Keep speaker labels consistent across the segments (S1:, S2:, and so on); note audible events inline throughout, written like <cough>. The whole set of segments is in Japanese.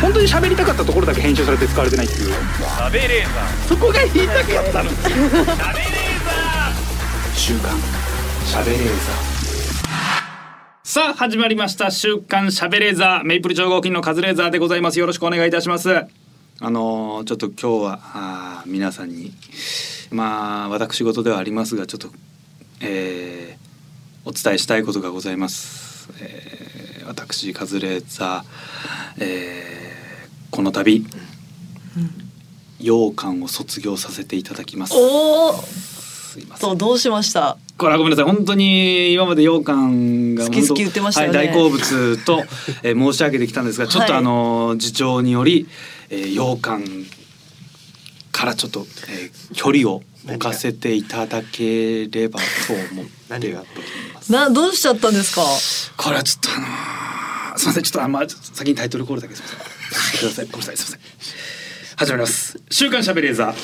S1: 本当に喋りたかったところだけ編集されて使われてないっていう
S2: 食べレー
S1: そこが言いたかったの
S2: ザー食べレーザ
S1: 週刊喋れー
S3: さあ始まりました週刊しゃべレーザーメイプル超合金のカズレーザーでございますよろしくお願いいたしますあのーちょっと今日はあー皆さんにまあ私事ではありますがちょっと、えーお伝えしたいことがございます、えー私カズレーザー、えーこの度洋館を卒業させていただきます
S4: おお
S3: すいません
S4: そうどうしました
S3: これはごめんなさい本当に今まで羊羹が
S4: 好き好き言ってましたよね
S3: はい、大好物と、
S4: <laughs>
S3: えー申し上げてきたんですがちょっと
S4: はい
S3: あのー事情により、えー、羊羹からちょっと、えー距離を置かせていただければと思っております。
S4: などうしちゃったんですか
S3: これはちょっとあのーすみませんちょっとあんまちょっと先にタイトルコールだけすみません。くださいごめんなさいすみません。始まります。週刊しゃべれーザー。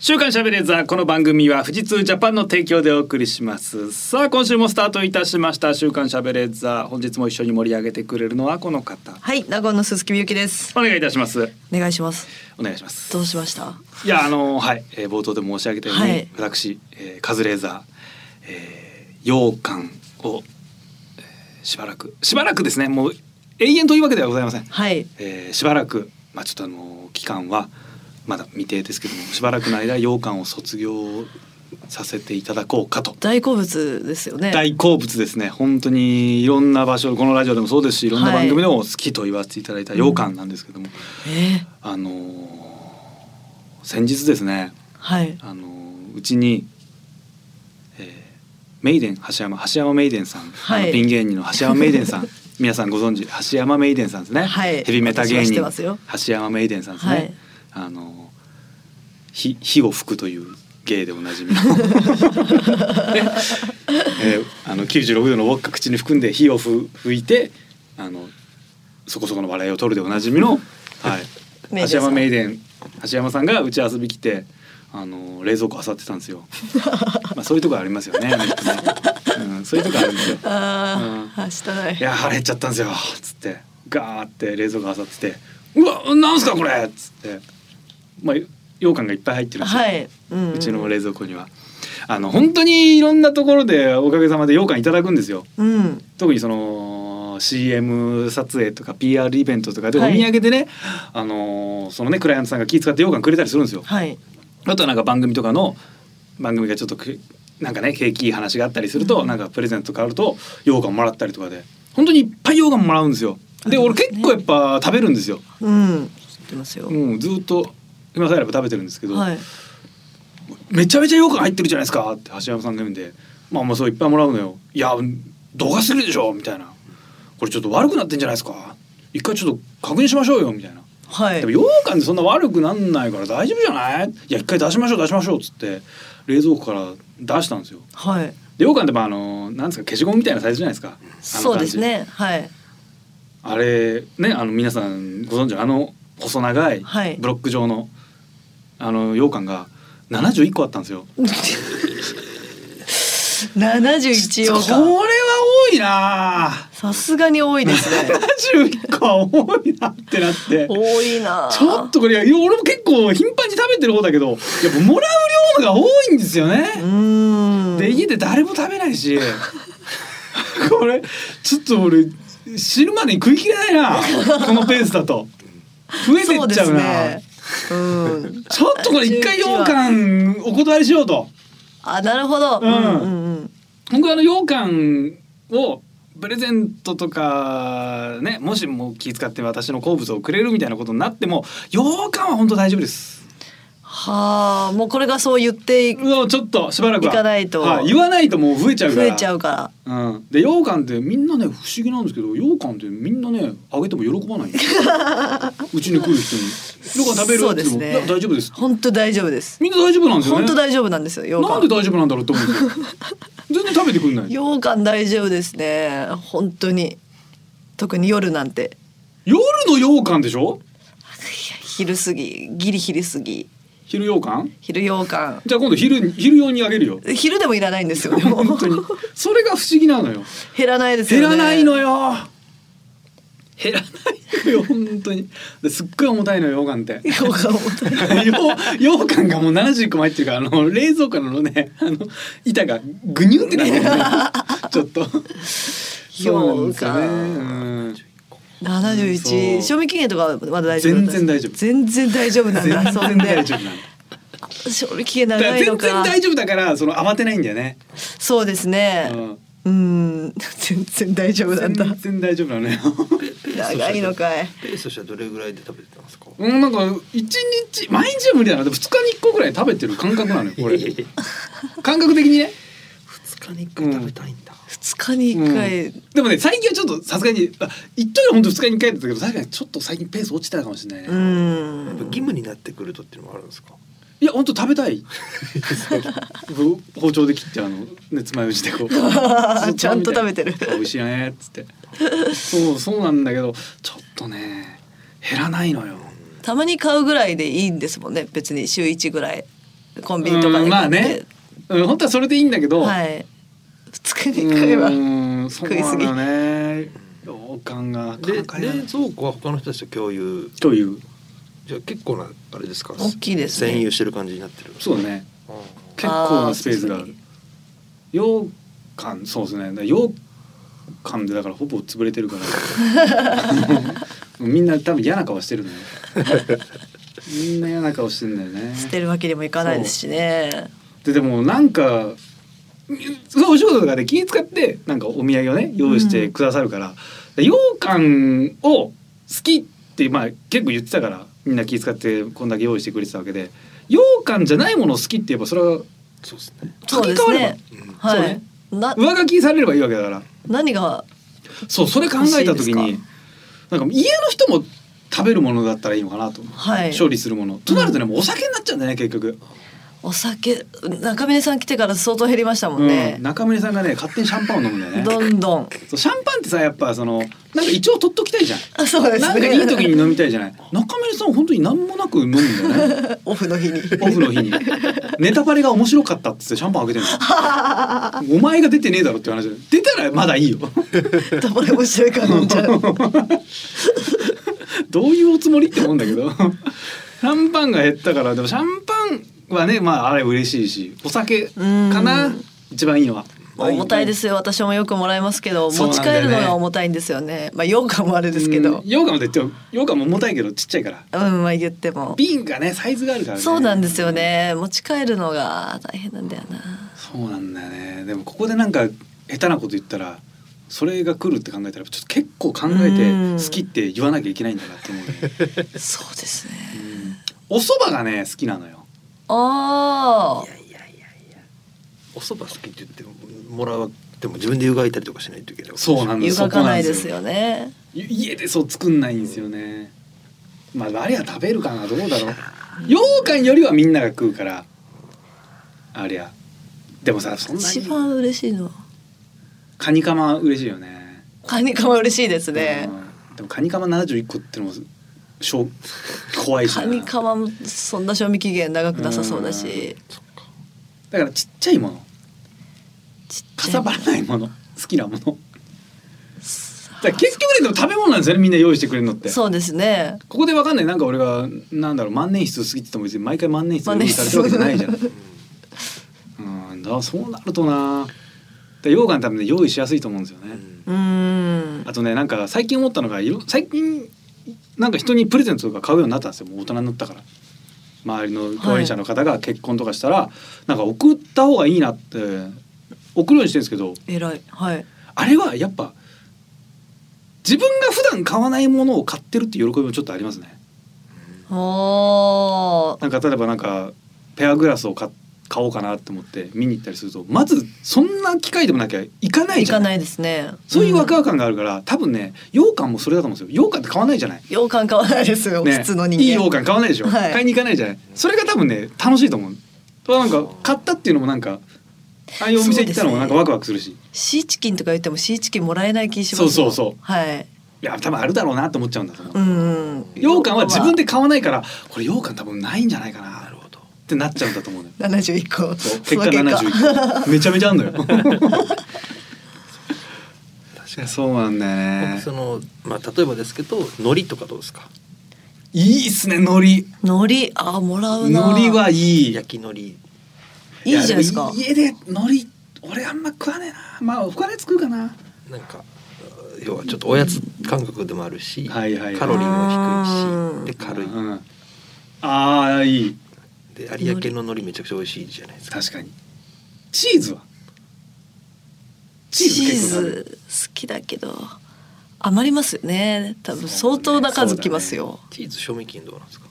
S3: 週刊しゃべれーザーこの番組は富士通ジャパンの提供でお送りしますさあ今週もスタートいたしました週刊しゃべれーザー本日も一緒に盛り上げてくれるのはこの方
S4: はい名古屋の鈴木みゆきです
S3: お願いいたします
S4: お願いします
S3: お願いします
S4: どうしました
S3: いやあのはい、えー冒頭で申し上げたように、
S4: はい
S3: 私、えーカズレーザー、えー、羊羹を、えーしばらくしばらくですねもう永遠というわけではございません、
S4: はい
S3: えーしばらくまあちょっとあの期間はまだ未定ですけどもしばらくの間羊羹を卒業させていただこうかと。
S4: 大好物ですよね
S3: 大好物ですね本当にいろんな場所このラジオでもそうですしいろんな
S4: はい
S3: 番組でも好きと言わせていただいた羊羹なんですけども、
S4: えー
S3: あのー先日ですね
S4: はい
S3: あのうちに、えーメイデン橋山橋山メイデンさん、
S4: はい
S3: あのピン芸人の橋山メイデンさん
S4: <laughs>
S3: 皆さんご存知橋山メイデンさんですね、
S4: はい
S3: ヘビメタ芸
S4: 私は知って
S3: 人
S4: ますよ
S3: 橋山メイデンさんですね、
S4: はい
S3: あの火火を吹くという芸でおなじみの、えー、あの96度のウォッカ口に含んで火をふ吹いてあのそこそこの笑いを取るでおなじみ
S4: <laughs>
S3: の、はい、
S4: メイ
S3: 橋
S4: デンさん
S3: 山メイデン橋山さんがうち遊び来てあの冷蔵庫漁ってたん
S4: <laughs>
S3: ですよ。まあそういうとこありますよね。ネットねうん、そういうとこあるんですよ。
S4: あーあしたない
S3: いや腹減っちゃったんですよつってガーって冷蔵庫あさってて「うわなんすかこれ!」っつってまあ羊羹がいっぱい入ってるんですよ、
S4: はい、うんん
S3: うちの冷蔵庫には。あの本当にいろんなところでおかげさまで羊羹いただくんですよ。
S4: うん
S3: 特にその CM 撮影とか PR イベントとかでお土
S4: はい
S3: 産でね、あのそのねクライアントさんが気使って羊羹くれたりするんですよ。
S4: はい
S3: あとはなんか番組とかの番組がちょっとくなんかね景気いい話があったりすると、なんかプレゼント変わると羊羹もらったりとかで本当にいっぱい羊羹もらうんですよ。で
S4: あり
S3: 俺
S4: ますね
S3: 結構やっぱ食べるんですよ。
S4: うん知ってますよ、
S3: うん、ずっと今さえあれば食べてるんですけど、
S4: はい
S3: めちゃめちゃ羊羹入ってるじゃないですかって橋山さんが言うんで「まあまあそういっぱいもらうのよ」「いや度が過ぎるでしょ」みたいな「これちょっと悪くなってんじゃないですか一回ちょっと確認しましょうよ」みたいな
S4: はい
S3: でも羊羹でそんな悪くなんないから大丈夫じゃないいや一回出しましょう出しましょうっつって冷蔵庫から出したんですよ。
S4: はい
S3: で羊羹ってまああのなんですか消しゴムみたいなサイズじゃないですか。あの感じ
S4: そうです。ねはい
S3: あれねあの皆さんご存知のあの細長い
S4: はい
S3: ブロック状の、あの羊羹が71個あったんですよ。
S4: 七十一
S3: これ
S4: 用
S3: は
S4: か
S3: 多いなぁ。
S4: さすがに多いですね
S3: <laughs> 71個は多いなってなって。
S4: 多いな
S3: ちょっとこれいや俺も結構頻繁に食べてる方だけどやっぱもらう量が多いんですよね。
S4: うーん
S3: で家で誰も食べないし <laughs> これちょっと俺死ぬまでに食い切れないなこのペースだ
S4: <laughs>
S3: と増えて
S4: そ
S3: っ
S4: うで
S3: ちゃ
S4: す
S3: うな
S4: ねうん
S3: ちょっとこれ一回羊羹お断りしようと
S4: <laughs> あなるほど、
S3: うん
S4: うんうん
S3: 僕あの羊羹をプレゼントとかねもしもう気遣って私の好物をくれるみたいなことになっても羊羹は本当大丈夫です
S4: はあもうこれがそう言ってい増
S3: もうちょっとしばらくは
S4: 行かないと
S3: はい言わないともう増えちゃうから
S4: えちゃうから
S3: うん、で羊羹ってみんなね不思議なんですけど羊羹ってみんなねあげても喜
S4: <laughs>
S3: ばないんですようちに来る人に「羊羹食べる?」
S4: そう
S3: って
S4: で
S3: 言
S4: す
S3: っても、
S4: ね
S3: いや大丈夫です」
S4: 本当大丈夫です
S3: みんな大丈夫なんですよね
S4: 本当大丈夫なんですよ羊
S3: なんで
S4: 羹
S3: 大丈夫なんだろうって思うんですよ全然食べてくんない
S4: 羊羹大丈夫ですね本当に特に夜なんて
S3: 夜の羊羹でしょ
S4: 昼過ぎギリ昼過ぎ
S3: 昼羊羹
S4: 昼羊羹
S3: じゃあ今度昼昼用にあげるよ
S4: 昼でもいらないんですよでも
S3: 本当にそれが不思議なのよ
S4: 減らないです
S3: 減
S4: よね
S3: らないのよ減らないよ本当にですっごい重たいのよ羊羹って <laughs>
S4: 顔が重たい。
S3: 羊羊羹がもう70個も入ってるからあの冷蔵庫のねあの板がぐにゅんってなってる
S4: <laughs>
S3: ねちょっとそうなんですよね、うん
S4: 七十
S3: そう
S4: 一、賞味期限とかはまだ大丈夫だった。
S3: 全然大丈夫
S4: 全然大丈夫なんだ。
S3: 全
S4: そ
S3: 然
S4: ん
S3: 大
S4: で
S3: 丈夫なの
S4: 賞味期限
S3: だから
S4: 長いの
S3: 全然
S4: か。
S3: 大丈夫だからその慌てないんだよね、
S4: そうですね。うん、全然大丈
S3: う
S4: 夫
S3: ん、
S4: なんだ。
S3: 全然大丈夫なのよ
S4: 長いのかい。
S5: ペースとしてはどれぐらいで食べてたんですか
S3: うんなんか一日毎日は無理だなでも2日に1個ぐらい食べてる感覚なのよこ
S4: <laughs>
S3: れ感覚的にね
S5: 2日に1回食べたいんだ、
S4: 二日に一回。
S3: うんでもね最近はちょっとさすがにあ言っといた本当二日に一回だったけど確かにちょっと最近ペース落ちたかもしれないね、
S4: うん。
S5: やっぱ義務になってくるとっていうのもあるんですか
S3: いや本当食べ
S4: <laughs>
S3: たい包丁で切ってあのね爪楊枝でこう
S4: <laughs> ちゃんと食べてる
S3: 美味しいねっつってそうそうなんだけどちょっとね減らないのよ
S4: たまに買うぐらいでいいんですもんね。別に週一ぐらい。コンビニとか
S3: うん
S4: に
S3: まあ
S4: 買って。
S3: ね、うん、本当はそれでいいんだけど、
S4: はい。二日に一回は。
S3: うんそう
S4: 食い
S3: な
S4: す
S3: ん
S4: ぎ
S3: だよね羊羹がなか
S5: で冷
S3: なか減らない
S5: 蔵庫は他の人たちと共有
S3: という
S5: じゃあ結構なあれですか
S4: 大きいですね
S5: 占有してる感じになってる
S3: そう
S5: う
S3: だね結構なスペースがある羊羹そうですねだから羊羹でだからほぼ潰れてるから
S4: <laughs>
S3: みんな多分嫌な顔してるのよみんな嫌な顔してんだよね
S4: 捨てるわけにもいかないですしね。
S3: ででもなんかそのお仕事とかで気使ってなんかお土産をね用意してくださるから、で羊羹を好きってまあ結構言ってたからみんな気使ってこんだけ用意してくれてたわけで羊羹じゃないものを好きって言えばそれは
S5: そうですね、
S4: そう
S3: 書
S4: で
S3: き換
S4: す
S3: われば
S4: ね。
S5: うん
S3: そう
S4: は
S3: ね
S4: い。な、
S3: 上書きされればいいわけだから
S4: 何が。
S3: そうそれ考えた時
S4: 欲しい
S3: に
S4: です
S3: なんか家の人も食べるものだったらいいのかなと、
S4: はい。
S3: 勝利するものとなるとね、もうお酒になっちゃうんだよね結局、
S4: お酒中峰さん来てから相当減りましたもんね
S3: うん、、中村さんがね勝手にシャンパンを飲むんだよね
S4: どんどん
S3: そうシャンパンってさやっぱそのなんか一応取っときたいじゃん
S4: あそうですね
S3: なんかいい時に飲みたいじ
S4: <laughs>
S3: ゃない中村さん本当に何もなく飲むんだよね
S4: オフの日に
S3: オフの日にネタバレが面白かったっつってシャンパン開けてるの
S4: <laughs>
S3: お前が出てねえだろって話出たらまだいいよ <laughs>
S4: たまに面白いから飲んじゃう
S3: どういうおつもりって思うんだけどシャンパンが減ったからでもシャンパンはねまああれ嬉しいしお酒かな
S4: うん
S3: 一番いい <laughs> のは
S4: 重たいですすよ私もよくもらいますけど
S3: そう
S4: 持
S3: なん
S4: ち
S3: だよね
S4: 帰るのが重たいんですよねまあ羊羹もあれですけど
S3: 羊羹もでって羊羹も重たいけどちっちゃいから
S4: うんまあ言っても
S3: 瓶がねサイズがあるからね
S4: そうなんですよね持ち帰るのが大変なんだよな
S3: そうなんだよねでもここでなんか下手なこと言ったらそれが来るって考えたらちょっと結構考えて
S4: うん
S3: 好きって言わなきゃいけないんだなって思うね、
S4: そうですね
S3: お蕎麦がね好きなのよ
S4: あ
S5: いやいやいやいやお蕎麦好きって言ってもらっても自分で湯がいたりとかしないといけない
S3: そうな
S4: あ
S3: の
S4: 湯
S3: そ
S4: が
S3: こ
S4: か
S3: な
S4: なんい
S3: で
S4: ですす
S3: よ
S4: よね
S3: ゆ家でそう作んないんですよねまああれは食べるかなどうだろう羊羹よりはみんなが食うからあれやでもさそんな
S4: 一
S3: に
S4: 番嬉しいのは
S3: カニカマ嬉しいよね
S4: カニカマ嬉しいですね
S3: うんでもカニカマ71個ってのもしょう怖いしな
S4: カニカマもそんな賞味期限長くなさそうだし
S3: だからちっちゃいもの
S4: ちっ
S3: か
S4: ちゃ
S3: さ
S4: い
S3: ばらないもの好きなものだから結局ねでも食べ物なんですよねみんな用意してくれるのってこ
S4: そうですね
S3: こでわかんないなんか俺がなんだろう万年筆過ぎてても別に毎回万年筆用意されてるわけじゃないじゃんうんだからそうなるとなで溶岩多分ね用意しやすいと思うんですよね、
S5: うん
S4: うーん
S3: あとねなんか最近思ったのがいろ最近なんか人にプレゼントとか買うようになったんですよもう大人になったから周りの高齢者の方が結婚とかしたら、なんか送った方がいいなって送るようにしてるんですけど
S4: 偉いはい
S3: あれはやっぱ自分が普段買わないものを買ってるっていう喜びもちょっとありますね。
S4: おー
S3: なんか例えばなんかペアグラスを買買おうかなって思って見に行ったりするとまずそんな機会でもなきゃ行かない
S4: い
S3: じゃ
S4: か
S3: ん。
S4: ないですね
S3: そういうワク
S4: ん
S3: ワク感があるから、多分ね羊羹もそれだと思うんですよ。羊羹って買わないじゃない。
S4: 羊羹買わないですよ、
S3: ね、
S4: 普通の人間
S3: いい羊羹買わないでしょ、
S4: はい
S3: 買いに行かないじゃない。それが多分ね楽しいと思う。となんか買ったっていうのもなんかああいうお店行ったのもなんかワクワクするし、
S4: シーチキンとか言ってもシーチキンもらえない気します
S3: そうそうそう
S4: はい
S3: いや多分あるだろうなと思っちゃうんだと思う。
S4: うん
S3: 羊羹は自分で買わないからこれ羊羹多分ないんじゃないかななるほどってなっちゃうんだと思うのよ
S4: 七十一個
S3: そう結果71めちゃめちゃあんのよ
S5: 確ですね。
S3: <laughs> そうなんだよね
S5: そのまあ例えばですけど海苔とかどうですか。
S3: いいっすね海苔
S4: 海苔あーもらう
S3: 海
S4: な
S3: 苔はいい
S5: 焼き海苔。
S4: いいじゃないですか
S3: やも家で海苔俺あんま食わねえなまあお金作うかな
S5: なんか要はちょっとおやつ感覚でもあるし、
S3: はいはいはい
S5: カロリーも低いしで
S3: あ
S5: 軽い
S3: ん、あーいい
S5: で有明の海苔めちゃくちゃ美味しいじゃないですか
S3: 確かにチーズはチ
S4: チー
S3: 結構食べる
S4: ズ好きだけど余りますよね多分相当な数きますよ、
S5: チーズ賞味期限どうなんですか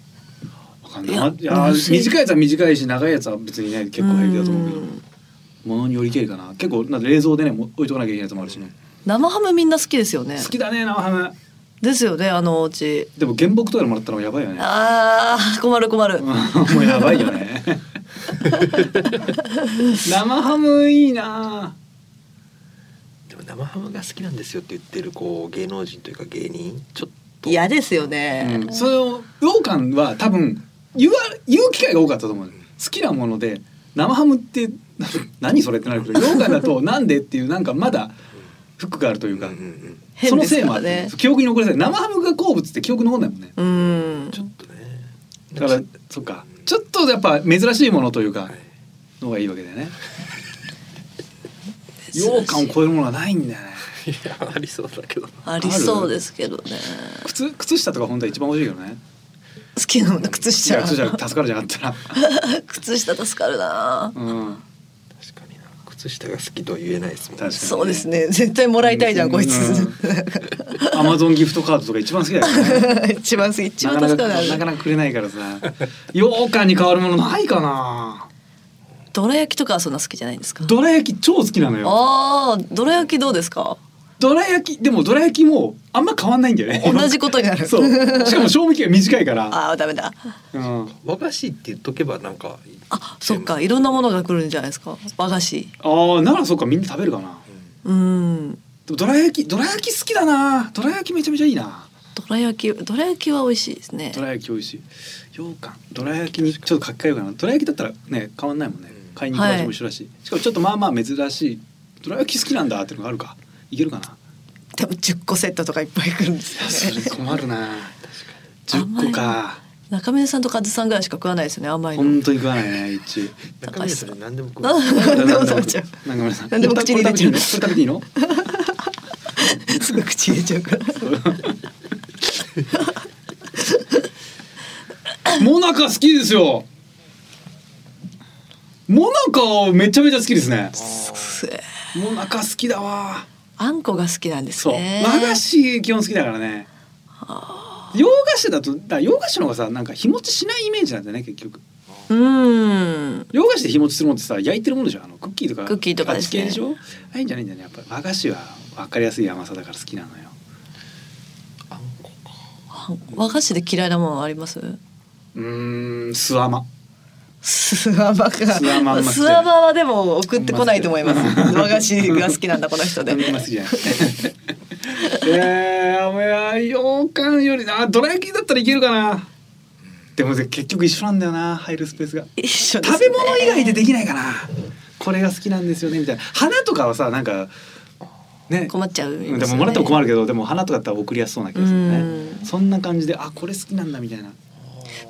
S3: わかんない
S4: いや
S3: あいや
S4: 薄い
S3: 短いやつは短いし長いやつは別にね結構平気だと思うけど
S4: ん
S3: ものによりけりかな結構なんか冷蔵でねも置いとかなきゃいけないやつもあるしね、
S4: 生ハムみんな好きですよね
S3: 好きだね生ハム
S4: ですよねあのお家
S3: でも原木トイレもらったらもうやばいよね
S4: あー困る困る、
S3: うん <laughs> もうやばいよ
S4: <laughs>
S3: ね生ハムいいな
S5: でも生ハムが好きなんですよって言ってるこう芸能人というか芸人ちょっと
S4: 嫌ですよね、
S3: うん、それを羊羹は多分言わ言う機会が多かったと思う好きなもので生ハムって <laughs> な何それってなるけど羊羹だ
S4: <laughs>
S3: となんでっていうなんかまだフックがあるという
S5: うんう
S3: か
S5: んうん
S4: 変
S3: その
S4: で
S3: せ
S4: す
S3: いもあ
S4: か
S3: っ
S4: ら
S3: て
S4: ね
S3: 記憶に残りづらい生ハムが好物って記憶残んないもんね
S4: うん
S5: ちょっとね
S3: だからそっかちょっとやっぱ珍しいものというか
S5: はい
S3: のがいいわけだよね羊羹を超えるものはないんだよね
S5: いやありそうだけど
S4: ありそうですけどね
S3: 靴靴下とか本当は一番美味しいけどね
S4: 好きなの靴
S3: いや
S4: 下
S3: 靴下助かるじゃんあったら
S4: 靴下助かるな
S3: うん
S5: 確かにな靴下が好きとは言えないですもん
S3: 確かに
S4: そうですね絶対もらいたいじゃん、こいつ <laughs>
S3: アマゾンギフトカードとか一番好きだよね
S4: 一番好き一
S3: な
S4: 番
S3: かなか
S4: 助かるな
S3: なかなかくれないからさ羊羹に変わるものないかな
S4: どら焼きとかはそんな好きじゃないんですか
S3: どら焼き超好きなのよ
S4: ああどら焼きどうですか
S3: どら焼きでもどら焼きもあんま変わんないんだよね
S4: 同じことになる
S3: そうしかも賞味期限短いから、
S4: ああダメだ
S3: うん、
S5: 和菓子って言っとけばなんか
S4: あそっかいろんなものが来るんじゃないですか和菓子
S3: ああならそっかみんな食べるかな
S4: うん
S3: でもどら焼きどら焼き好きだなどら焼きめちゃめちゃいいな
S4: どら焼きどら焼きは美味しいですね
S3: どら焼き美味しい羊羹どら焼きにちょっと書き換えようかなどら焼きだったらね変わんないもんね
S5: うん
S3: 買いに行く場所も一緒だし、しかもちょっとまあまあ珍しいどら焼き好きなんだっていうのがあるかいけるかな
S4: <laughs> 多分10個セットとかいっぱい来るんです
S3: そ
S4: よね
S3: れ困るな
S4: 確か
S3: 10
S4: に
S3: 個か
S4: 中峰さんとカズさんぐらいしか食わないですよね甘いの
S3: 本当に食わないね一
S5: 中身それ何でも食う
S3: <laughs>
S4: 何 <laughs> でも食べちゃう
S3: なんか皆さん
S4: 何でも口に入れちゃう
S3: これ食べていいのこれ食べていいの
S4: すぐ口入れちゃうから
S3: モナカ好きですよモナカめちゃめちゃ好きですねモナカ好きだわ
S4: <laughs> あんこが好きなんです
S3: そう
S4: ね
S3: 和菓子基本好きだからね洋菓子だとだから洋菓子の方がさなんか日持ちしないイメージなんだよね結局
S4: うん
S3: 洋菓子で日持ちするもんってさ焼いてるものじゃんあのクッキーとか
S4: クッキーとかですね
S3: あっち系でしょああいうんじゃないんだよねやっぱ和菓子は分かりやすい甘さだから好きなのよ
S5: あんこ
S4: あ和菓子で嫌いなものあります
S3: うーん酢甘
S4: スワバ
S3: スワバあんま
S4: か
S3: 好き
S4: スワバはでも送ってこないと思います和菓子が好きなんだこの人
S3: あ <laughs>
S4: で
S3: んま好きじゃないえー、お前羊羹よりあどら焼きだったらいけるかなでも結局一緒なんだよな入るスペースが
S4: 一緒です、ね、
S3: 食べ物以外でできないかなこれが好きなんですよねみたいな花とかはさなんかね
S4: 困っちゃう
S3: で,、
S4: んすよね
S3: ももらっても困るけどでも花とかだったら送りやすそうな気がするね
S4: うん
S3: そんな感じであこれ好きなんだみたいな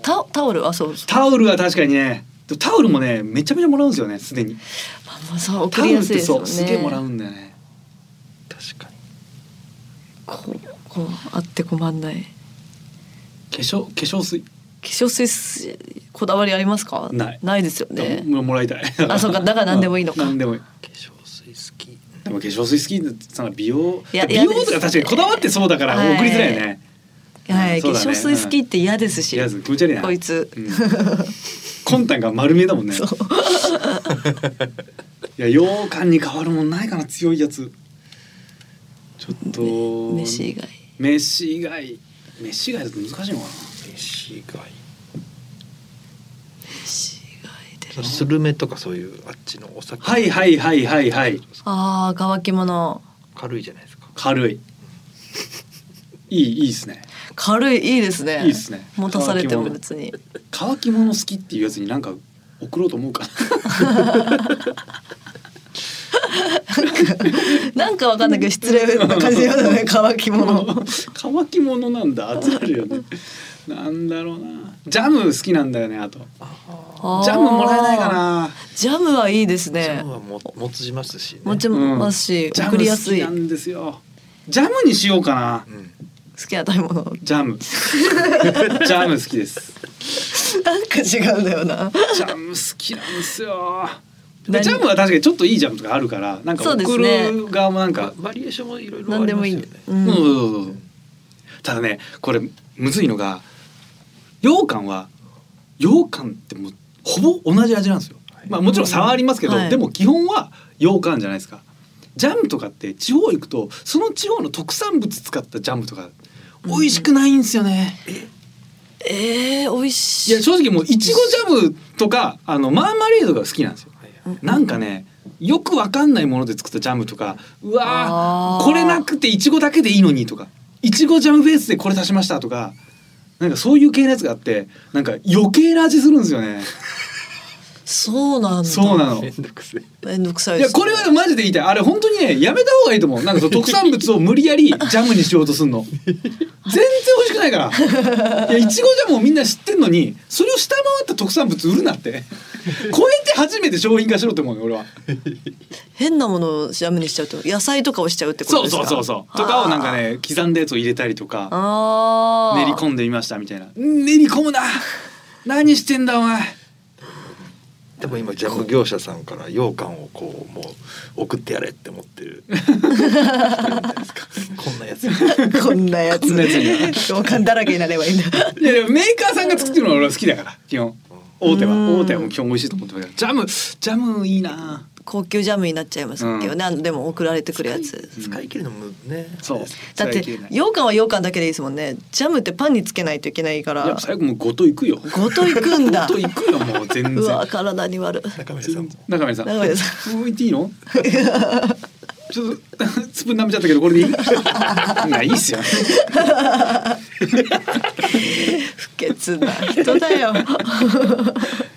S4: タタオルあそうそう、
S3: タオルは確かにねでもタオルもねめちゃめちゃもらうんですよねすでに
S4: まあまあ、そう
S3: タオ
S4: 送り
S3: ルっ
S4: やすい
S3: て
S4: です
S3: そ
S4: よ
S3: う
S4: ね
S3: すげえもらうんだよね
S5: 確かに
S4: こうこうあって困んない
S3: 化粧化粧水
S4: 化粧水すこだわりありますか
S3: ない
S4: ですよね
S3: ももらいたい
S4: あそうかだから何でもいいのか
S3: うん何でもいい
S5: 化粧水好き
S3: でも化粧水好きってさ美容
S4: いや
S3: 美
S4: 嫌
S3: 容
S4: です
S3: とか確かにこだわってそうだから
S4: はい
S3: 送りづらいよね
S4: はい、
S3: そう
S4: 化
S3: だね
S4: 粧水好きって嫌ですし、
S3: 知らず気持ち悪いな
S4: こいつ、
S3: うん魂胆が丸見えだもんね
S4: そう
S3: <laughs> いや羊羹に変わるもんないかな強いやつちょっと
S4: 飯以外
S3: 飯以外飯以外だと難しいのか
S5: 飯以外
S4: 飯以外で
S5: スルメとかそういうあっちのお酒
S3: なはいはいはいはいはい
S4: ああ乾き物
S5: 軽いじゃないですか
S3: 軽いいいいいですね
S4: 軽いいいですね
S3: いいっすね
S4: 持たされても別に
S3: 乾き物好きっていうやつ
S4: <laughs>
S3: になんか送ろうと思うかな
S4: なんかわかんないけど失礼な感じ
S3: <laughs>
S4: だよね乾き物。
S3: 乾き物なんだ集まるよねなんだろうなジャム好きなんだよねあとジャムもらえないかな
S4: ジャムはいいです
S5: ジャ
S4: ね
S5: ム。はも持ちますしね。
S4: 持ち
S3: うん
S4: ますし、
S3: ジャ
S4: 送
S3: ム
S4: りや
S3: 好
S4: す
S3: き
S4: い
S3: な
S4: 好
S3: んですよジャムにしようかな
S5: うん。
S4: きな食べ物。
S3: <laughs> ジャ
S4: <laughs>
S3: ムジャム好きです
S4: なんか違うんだよな。
S3: ジャム好きなんですよで
S4: 何
S3: ジャムは確かにちょっといいジャムとかあるからなんか
S4: そうです
S3: 送
S4: ね
S3: る側もな
S5: な
S3: ん
S5: ん
S3: か
S5: かバリエーションもいろいろあ
S4: なん
S5: り
S4: で
S5: ま
S4: も
S5: す
S4: いい
S5: よ
S4: ん
S5: ね
S4: で。。
S3: そ
S4: う。
S3: うそうんそうそうただねこれむずいのが羊羹は羊羹ってもうほぼ同じ味なんですよ、まあ、もちろん差はありますけど、
S4: はい
S3: でも基本は羊羹じゃないですかジャムとかって地方行くとその地方の特産物使ったジャムとか美味しくないんですよね、
S4: ええー、美味
S3: い
S4: し
S3: や
S4: い。
S3: 正直もういちごジャムとかあのマーマレードが好きなんですよ
S4: うん
S3: なんかねよくわかんないもので作ったジャムとかうわ
S4: あ
S3: ー
S4: ー
S3: これなくていちごだけでいいのにとかいちごジャムベースでこれ足しましたとかなんかそういう系のやつがあってなんか余計な味するんですよね
S4: そうなんだ。
S3: そうなの
S5: め
S3: い
S5: んどくせえ。
S4: めんどくさいで
S3: や
S4: す。
S3: これはマジで言いたいあれ本当にねやめた方がいいと思うなんかその特産物を無理や
S4: <laughs>
S3: りジャムにしようとすんの全然美味しくないからいやいちごジャムをみんな知ってんのにそれを下回った特産物売るな
S4: <laughs>
S3: って超えて初めて商品化しろって思うよ俺は。
S4: 変なものをジャムにしちゃうと野菜とかをしちゃうってこと
S3: そ
S4: で
S3: う
S4: す
S3: そ
S4: か。
S3: うそうそうとかをなんか
S4: ね。
S3: ね刻んだやつを入れたりとか
S4: ああ。
S3: 練り込んでみましたみたいな練り込むな何してんだお前
S5: でも今ジャム業者さんから羊羹をこうもう送ってやれって思ってる。こんなやつ。
S4: こんなやつ。
S3: こんなや
S4: 共感だらけになればいいんだ。
S3: いやでもメーカーさんが作ってるのは俺は好きだから基本大手は
S4: うん
S3: 大手はもう基本美味しいと思ってるからジャムジャムいいな
S4: 高級ジャムになっちゃいますっていうね。あのでも送られてくるやつ。
S5: 使い切るのもね。
S3: そう
S4: だって
S3: 最近ねい
S4: 羊羹は羊羹だけでいいですもんね。ジャムってパンにつけないといけないから。
S3: や最後もうごといくよご
S4: ごといくんだ。
S3: といくよもう全
S4: うわ
S3: 然
S4: 体に悪い。
S5: 中村さんも。
S3: 中森さん
S4: 中森さ
S3: ん置いていい <laughs> のちょっと <laughs> スプーン舐めちゃったけどこれでい <laughs> いいやいいっすよ
S4: 不潔な人だ
S3: <laughs>
S4: よ。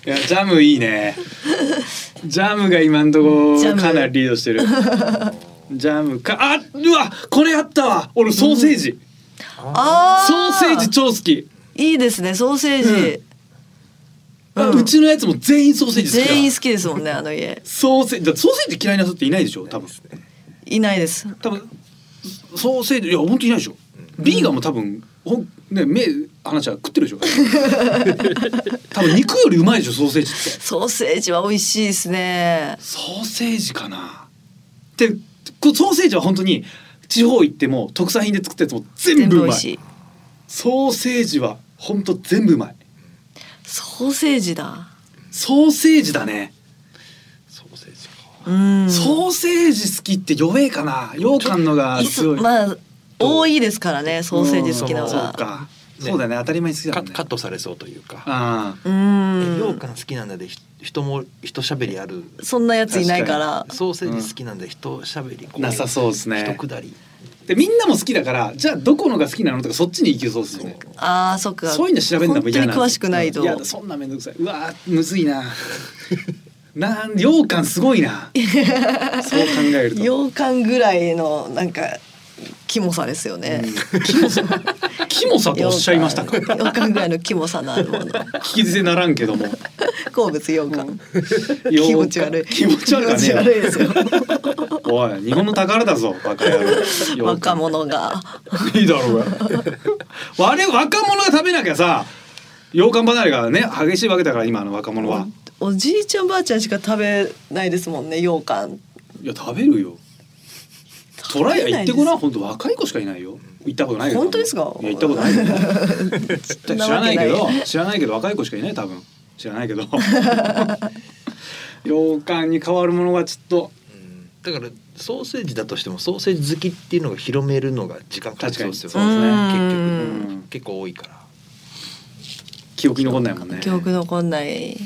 S3: いやジャムいいね。ジャムが今んとこ
S4: ジャム
S3: かなりリードしてる。ジャムかあうわこれあったわ。俺ソーセージ、
S4: あ
S3: ソーセ
S4: あ。
S3: ージ超好き。
S4: いいですねソーセージ。
S3: あ
S4: うん
S3: うちのやつも全員ソーセージ好きだ。
S4: 全員好きですもんねあの家。
S3: ソーセージだってソーセージ嫌いな人っていないでしょ多分。
S4: いないです。
S3: 多分ソーセージいや本当いないでしょ。ビーガンも多分ほんね目話は食ってる
S4: <laughs>
S3: でしょ。多分肉よりうまいでしょソーセージって。
S4: ソーセージは美味しいですね。
S3: ソーセージかなでこうソーセージは本当に地方行っても特産品で作ったやつも全
S4: 全
S3: 部
S4: 部
S3: う
S4: 美
S3: ま
S4: 味
S3: い
S4: しい。
S3: ソーセージは本当全部うまい
S4: ソーセージだ。
S3: ソーセージだね、
S5: ソーセージか。
S4: うん。
S3: ソーセージ好きって弱えかな羊羹のが
S4: い
S3: す
S4: つ
S3: ごい、
S4: まあ多いですからねソーセージ好きなの
S3: そう
S4: が。
S3: か、そうだね当たり前に好きだ
S5: カ
S3: もんね
S5: カットされそうというか。
S3: ああ
S4: う
S5: 羊
S4: ん。
S5: 羹好きなんだでひ人も人しゃべりある。
S4: そんなやついないから。
S5: ソーセージ好きなんだ人しゃべりこう
S3: なさそうですね
S5: 一くだり。
S3: でみんなも好きだからじゃあどこのが好きなのとかそっちに行きそうですよね
S4: ああそっか。
S3: そういうの調べるのも
S4: 本当
S3: 嫌
S4: に
S3: なんです
S4: 詳しくないと。
S3: いやそんなめんどくさいうわーむずいななん羊羹すごいなそう考えると
S4: 羊羹ぐらいのなんかキモさですよね。
S3: キモさとおっしゃいましたか
S4: 羊羹羊羹ぐらいのキモさのある
S3: <laughs>
S4: もの。
S3: 聞き捨てならんけども
S4: 好物羊羹。
S3: 羊羹
S4: <laughs> 気持ち悪い。
S3: 気持ち悪
S4: 気持ち悪い
S3: い
S4: ですよ。
S3: おい日本の宝だぞバカ野郎羊羹
S4: 若者が。
S3: いいだろうがあれ若者が食べなきゃさ羊羹離れがね激しいわけだから今の若者は
S4: おじいちゃんばあちゃんしか食べないですもんね羊羹。
S3: いや食べるよトライア行ってこな本当若い子しかいないよ行ったことないけど
S4: 本当ですか
S3: いや行ったことないけど
S4: <laughs> そん
S3: 知
S4: わ
S3: らないけ
S4: な
S3: ど
S4: い
S3: 知らないけど若い子しかいない多分知らないけど <laughs> 羊羹に変わるものがちょっと
S5: うんだからソーセージだとしてもソーセージ好きっていうのが広めるのが時間かかりそうですよ
S3: 確かにそう
S4: ですね
S5: 結
S3: うん
S5: 局結構多いから
S3: 記憶に残んないもんね
S4: 記憶残んない。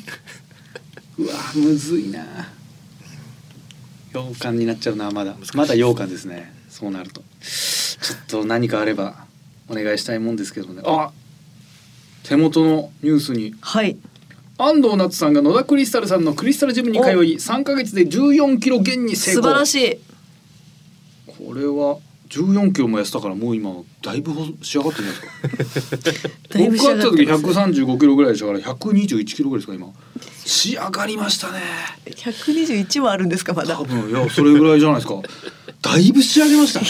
S3: うわむずいな羊羹になっちゃうなまだまだ羊羹ですねそうなるとちょっと何かあればお願いしたいもんですけどねあ手元のニュースに
S4: はい。
S3: 安藤夏さんが野田クリスタルさんのクリスタルジムに通い3ヶ月で14キロ減に成
S4: 素
S3: 功
S4: 晴らしい。
S3: れは14キロも痩せたからもう今だいぶ仕上がってるんじゃないですか
S4: <laughs> だいぶ仕上がっ
S3: 僕
S4: て
S3: 会
S4: ま
S3: った時135キロぐらいでしたから121キロぐらいですか今仕上がりましたね
S4: 百二十一もあるんですかまだ
S3: 多。分いやそれぐらいじゃないです
S4: <laughs>
S3: かだいぶ仕上げましたね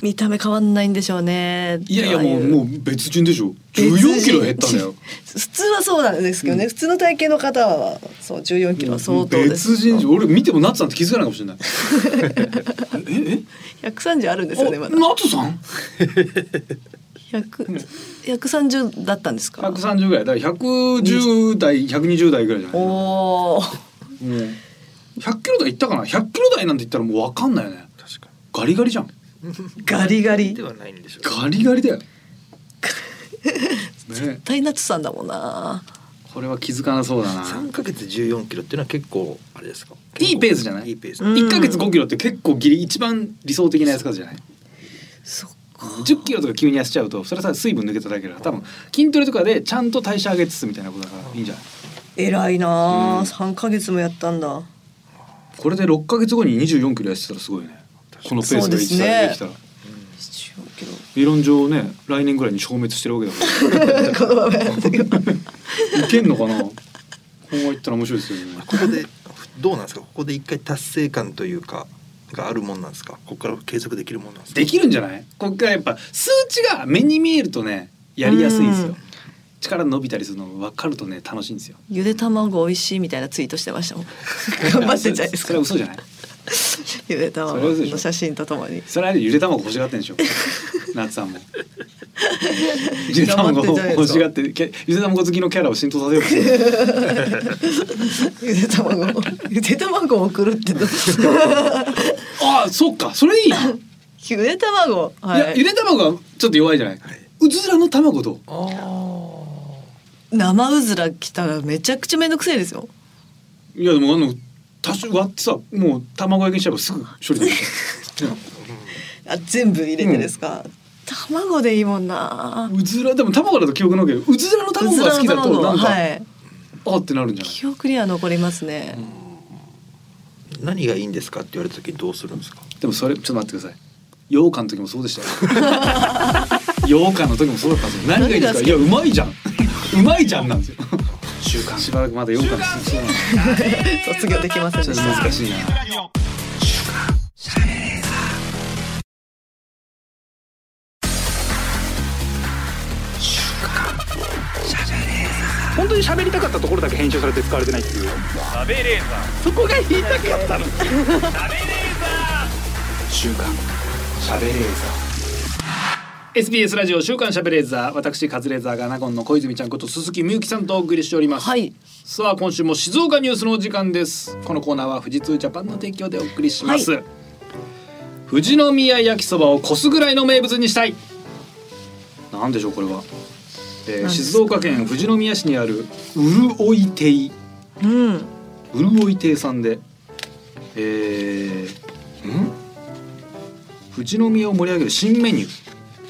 S4: 見た目変わんないんでしょうね。
S3: いやいや
S4: ああ
S3: もうもう別人でしょ14キロ減ったんだよ
S4: 普通はそうなんですけどね、普通の体型の方はそう14キロは相当です
S3: 別人じゃ俺見てもナツさんって気づかないかもしれない
S4: <laughs>
S3: ええ
S4: 130あるんですよねまだ
S3: ナツさん
S4: 100 130だったんですか
S3: 130ぐらいだから110代120代ぐらいじゃないも
S4: おお
S3: う100キロ台いったかな100キロ台なんて言ったらもう分かんないよね
S5: 確か
S3: ガリガリじゃん
S4: ガリガリ
S5: にで
S4: 絶
S5: はないんでしょう
S3: ガリガリだ
S4: <laughs>
S3: よね
S4: 対ナツさんだもんな
S3: これは気づかなそうだな
S5: 三ヶ月十四キロっていうのは結構あれですか
S3: いいペースじゃない
S5: いいペース、
S4: うん
S3: 1ヶ月5キロって結構ギリ一番理想的なやつ数じゃない
S4: そっか
S3: 10キロとか急に痩せちゃうとそれはさ水分抜けただけだから多分筋トレとかでちゃんと代謝上げつつみたいなことだからいいんじゃない
S4: 偉いな
S3: う
S4: あ
S3: ん
S4: 三ヶ月もやったんだ
S3: これで6ヶ月後に24キロ痩せてたらすごいねこのペースで一
S4: そうです
S3: 歳
S4: ね
S3: できたら、
S4: 14キロ
S3: 理論上ね来年ぐらいに消滅してるわけだか
S4: こ <laughs> のままやっていく
S3: らいけんのかなこういったら面白いですよね
S5: ここでどうなんですかここで一回達成感というかがあるもんなんですかここから継続できるもんなんですか
S3: できるんじゃないこっからやっぱ数値が目に見えるとねやりやすいんです
S4: う
S3: よ
S4: ん
S3: 力伸びたりするの分かるとね楽しいんですよ
S4: ゆで卵美味しいみたいなツイートして
S3: <laughs>
S4: ましたもん頑張ってんじゃないです
S3: そ
S4: か
S3: れは嘘じゃない
S4: ゆで卵
S3: それは嘘でしょ
S4: の写真とともに
S3: それはゆで卵欲しがってん
S4: <laughs>
S3: でしょ夏さんもゆで
S4: 頑張
S3: 卵を
S4: ってんじゃないですか
S3: 欲しがってキャゆで卵好きのキャラを浸透させようとして
S4: <laughs>
S3: る
S4: ゆで卵をゆで卵を送るってどう
S3: <laughs> ああそっかそれいいな、
S4: ゆで卵
S3: い
S4: は
S3: やゆ
S4: い
S3: で卵がちょっと弱いじゃない、うずらの卵と
S5: ああ
S4: 生うずら来たらめちゃくちゃめんどくせえですよ
S3: いやでもあの多少割ってさもう卵焼きにしちゃえばすぐ処理でき <laughs> る
S4: あ全部入れてですか、卵でいいもんな
S3: うずらでも卵だと記憶のけどうずらの
S4: う
S3: 卵
S4: ず
S3: が
S4: ら
S3: 好
S4: の
S3: きだと
S4: 卵
S3: なんか、
S4: はい
S3: あってなるんじゃない
S4: 記憶には残りますね、
S5: 何がいいんですかって言われた時にどうするんですか
S3: でもそれちょっと待ってください羊羹の時もそうでしたよ <laughs> 羊羹の時もそうだったんですよ何がいいですかいやうまいじゃんうまいじゃんなんです <laughs> よ
S1: 週刊
S3: しばらくまだ羊羹のそうなんです
S4: 卒業できませんで
S3: ちょっ
S4: し
S3: と
S4: た
S3: 難しいな
S1: 本当に喋りたかったところだけ編集されて使われてないっていう
S2: 食べれーザ
S1: そこが言いたかったの
S2: ー食べれーザー
S1: 週刊喋れーザ
S3: SBS ラジオ週刊しゃべレーザー私カズレーザーがナゴンの小泉ちゃんこと鈴木みゆきさんとお送りしております、
S4: はい
S3: さあ今週も静岡ニュースのお時間ですこのコーナーは富士通ジャパンの提供でお送りします、富士宮焼きそばをこすぐらいの名物にしたいなんでしょうこれは、えー、
S4: 何ですか
S3: 静岡県富士宮市にあるうるおい亭
S4: うん
S3: うるおい亭さんでえー、ん富士宮を盛り上げる新メニュー、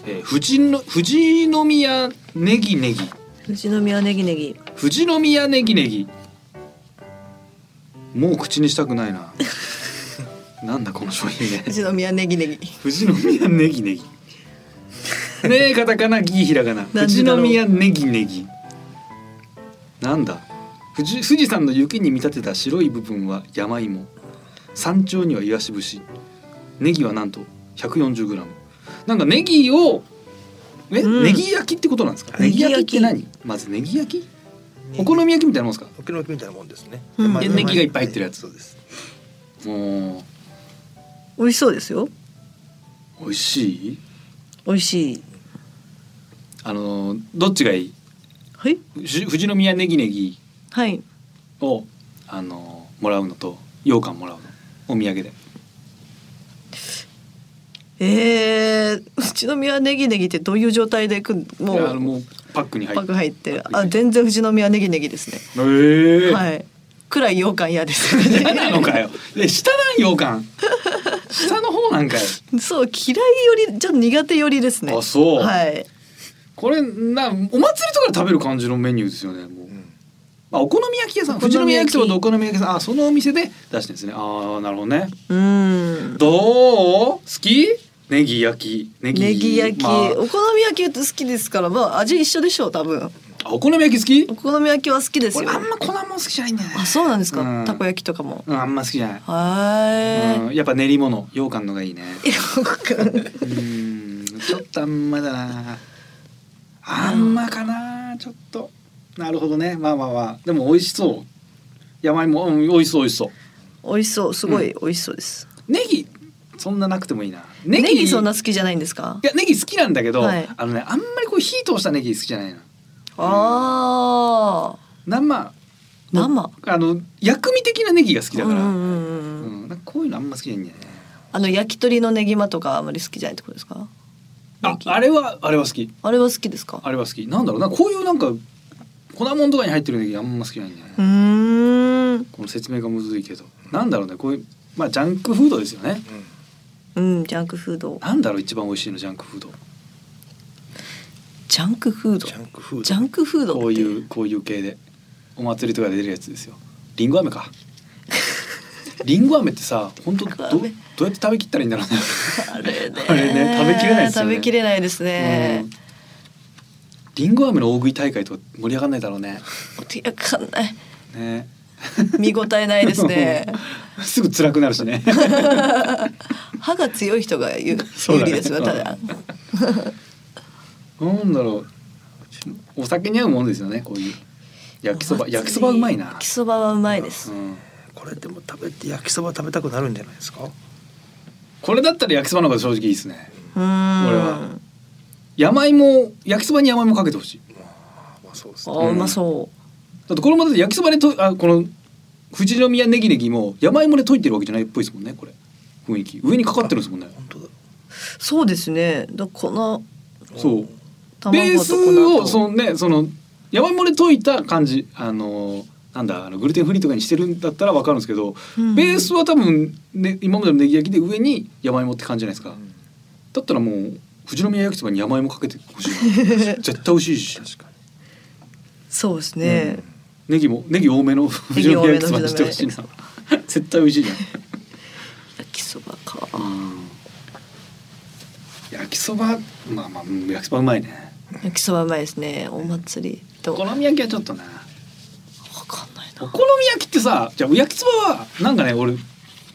S3: えー、富士の富士宮ネギネギ
S4: 富士宮ネギネギ
S3: 富士宮ネギネギもう口にしたくない
S4: <laughs>
S3: ななんだこの商品ね
S4: 富士宮ネギネギ
S3: 富士宮ネギ
S4: <laughs>
S3: ネギねえカタカナギーひらがな
S4: な
S3: 富
S4: んで
S3: 士
S4: だろう
S3: 宮ネギネギなんだ富士富士山の雪に見立てた白い部分は山芋山頂にはイワシ節ネギはなんと 140g なんかネギをえ、
S4: うん
S3: ネギ焼きってことなんですかネ
S4: ネ
S3: ギ
S4: ギ
S3: 焼
S4: 焼き
S3: きって何まずネギ焼きお好み焼きみたいなもんですか
S5: お好み焼きみたいなもんですね、
S4: うん
S5: で
S3: ネギがいっぱい入ってるやつ
S5: そうです
S3: もう
S4: 美味しそうですよ
S3: 美味しい
S4: 美味しい
S3: あのどっちがいい
S4: はい
S3: 富士富士宮ネギネギ
S4: はい
S3: をあのもらうのと羊羹もらうのお土産で
S4: えー、富士宮ネギネギってどういう状態でいくんも
S3: いやあの
S4: う
S3: もうパックに入
S4: パック入って
S3: パ
S4: る
S3: ックに
S4: あ
S3: 入って
S4: 全然富士宮ネギネギですね
S3: えー
S4: はいくらい羊羹嫌です、ね、
S3: 下なのかよで下なん羊羹下の方なんかよ
S4: <laughs> そう嫌いよりちょっと苦手よりですね
S3: あそう
S4: はい
S3: これなお祭りとかで食べる感じのメニューですよねもう、
S5: ん
S3: まあ、お好み焼き屋さん
S4: お好
S3: 富
S4: み
S3: 士宮焼き
S4: 焼き
S3: そばとお好み焼き屋さんあそのお店で出してるんですねああなるほどね
S4: うん
S3: どう好きネギ焼きネギ
S4: ネギ焼き、
S3: ま
S4: お好み焼きって好きですから、まあ味一緒でしょう多分。
S3: あ、お好み焼き好き
S4: お好み焼きは好きですよ
S3: 俺。あんま粉もん好きじゃないんだよね
S4: あ、そうなんですか。
S3: うん
S4: たこ焼きとかも。
S3: うんあんま好きじゃない、
S4: は
S3: うん、やっぱ練り物羊羹のがいいね
S4: ーい。よく
S3: うんちょっとあんまだなあんまかなちょっとなるほどねまあまあまあでも美味しそう山芋、うん、美味しそう美味しそう
S4: 美味しそう、すごい美味しそうです。
S3: ネギそんななくてもいいなネ
S4: ネギそんな好きじゃないんですか
S3: い。やネギ好きなんだけど、
S4: はい
S3: あのねあんまりこう火通したネギ好きじゃないの
S4: ああ、
S3: 生の
S4: 生
S3: あの薬味的なネギが好きだから、
S4: う
S3: うん
S4: うん
S3: ん
S4: うんうん。
S3: なんかこういうのあんま好きじゃないんだよね
S4: あの焼き鳥のネギまとかあんまり好きじゃないってことですか。
S3: ああれはあれは好き
S4: あれは好きですか。
S3: あれは好きなんだろうなこういうなんか粉もんとかに入ってるネギあんま好きじゃないんだよね、
S4: うーん。
S3: この説明がむずいけどなんだろうねこういうまあジャンクフードですよね
S4: うん、ジャンクフード。
S3: なんだろう一番美味しいのジャンクフード
S4: ジャンクフード
S5: ジ。ャンクフード
S4: ジャンクフードって。
S3: こういうこういう系でお祭りとかで出るやつですよりんご飴か <laughs> りんご飴ってさ本当どど
S4: りん
S3: う
S4: ご
S3: や
S4: 飴
S3: って食べきったらいいんだろうね
S4: あれね。
S3: <laughs> あれね食べきれないですよね
S4: 食べきれないですね。
S3: りんご飴の大食い大会とか盛り上がんないだろうね
S4: いやわかんない。
S3: ね
S4: 見応えないで
S3: <laughs>
S4: すね。
S3: すぐ辛くなるし
S4: <laughs>
S3: ね
S4: 歯が強い人が有
S3: そう
S4: 有
S3: だね
S4: 利ですよ、ただ。
S3: なんだろうお酒に合うもんですよねこういう焼きそば焼きそばうまいな
S4: 焼きそばはうまいです
S3: う。ん
S5: これでも食べて焼きそば食べたくなるんじゃないですか
S3: これだったら焼きそばの方が正直いいですね
S4: う
S3: 俺
S4: ー
S3: は
S4: ん。
S3: 山芋焼きそばに山芋かけてほしい
S5: あまあそうです
S4: あ
S5: ね
S4: ー、うまそ
S3: だってこれもだって焼きそばでとあこの富士宮ネギネギも山芋で溶いてるわけじゃないっぽいですもんねこれ雰囲気上にかかってるんですもんね
S5: 本当だ
S4: う。そうですね。だこの
S3: そうベー
S4: 卵
S3: ス
S4: とこの
S3: をそのねその山芋で溶いた感じあのなんだあのグルテンフリーとかにしてるんだったらわかるんですけど、
S4: うん
S3: ベースは多分、ね、今までのネギ焼きで上に山芋って感じじゃないですか、
S5: ん
S3: だったらもう富士宮焼きそばに山芋かけてほ
S4: <laughs>
S3: しいな絶対美味しいし
S5: 確か
S4: そうですね。
S3: ネギもネギ多め
S4: <laughs>
S3: の富士宮焼きそばにしてほしいな絶対美味しいじゃん
S4: 焼きそばか。
S3: 焼きそばまあまあうん焼きそばうまいね
S4: 焼きそばうまいですね。お祭りと。
S3: お
S4: わ
S3: 好み焼きはちょっとな
S4: かんない
S3: お
S4: な。
S3: 好み焼きってさじゃあ焼きそばはなんかね俺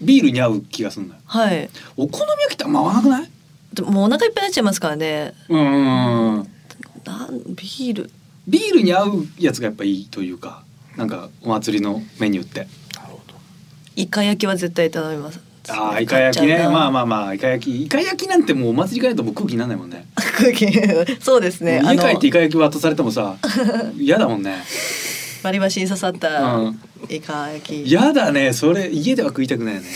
S3: ビールに合う気がするんだよ
S4: はい。
S3: お好み焼きってあんま合わなくない
S4: でももうお腹いっぱいになっちゃいますからね。
S3: うん
S4: なんビール。
S3: ビールに合うやつがやっぱいいというかなんかお祭りのメニューって
S5: になるほど
S4: イカ焼きは絶対頼みます。
S3: ああイカ焼きねまあ
S4: あ。
S3: まあまあイカ焼きイカ焼きなんてもうお祭り行かないともう空気にならないもんね
S4: 空気 <laughs> そうですね。
S3: もう
S4: あ
S3: 家
S4: の
S3: 帰ってイカ焼き渡されても <laughs> さ嫌だもんね
S4: 割り箸に刺さった
S3: うん
S4: イカ焼き。
S3: やだねそれ家では食いたくないよね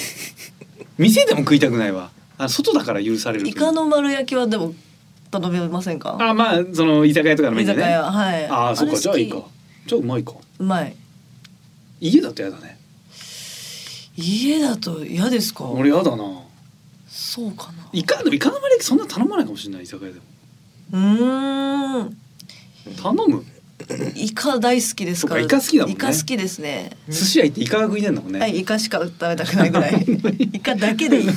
S3: 店でも食いたくないわあ外だから許されるとい
S4: イ
S3: う
S4: カの丸焼きはでも頼めませんか。
S3: あまあその居酒屋とかのメ
S4: 居
S3: ニュー
S4: 酒
S3: ね
S4: 屋はい。
S3: ああそっ
S4: れ
S3: か
S4: 好き
S3: じゃあいいか。じゃあうまいか
S4: うまい。
S3: 家だとやだね
S4: 家だと嫌ですか。
S3: 俺やだな
S4: そうかな。
S3: イカでもイカの丸焼きそんな頼まないかもしれない居酒屋でも
S4: うーん。
S3: 頼む
S4: イカ大好きですから。
S3: そっかイカ好きだもんね
S4: イカ好きですね。
S3: 寿司屋行ってイカが食いてんだもんね、
S4: はい、イカしか食べたくない
S3: <laughs>
S4: ぐらい。イカだけでいい。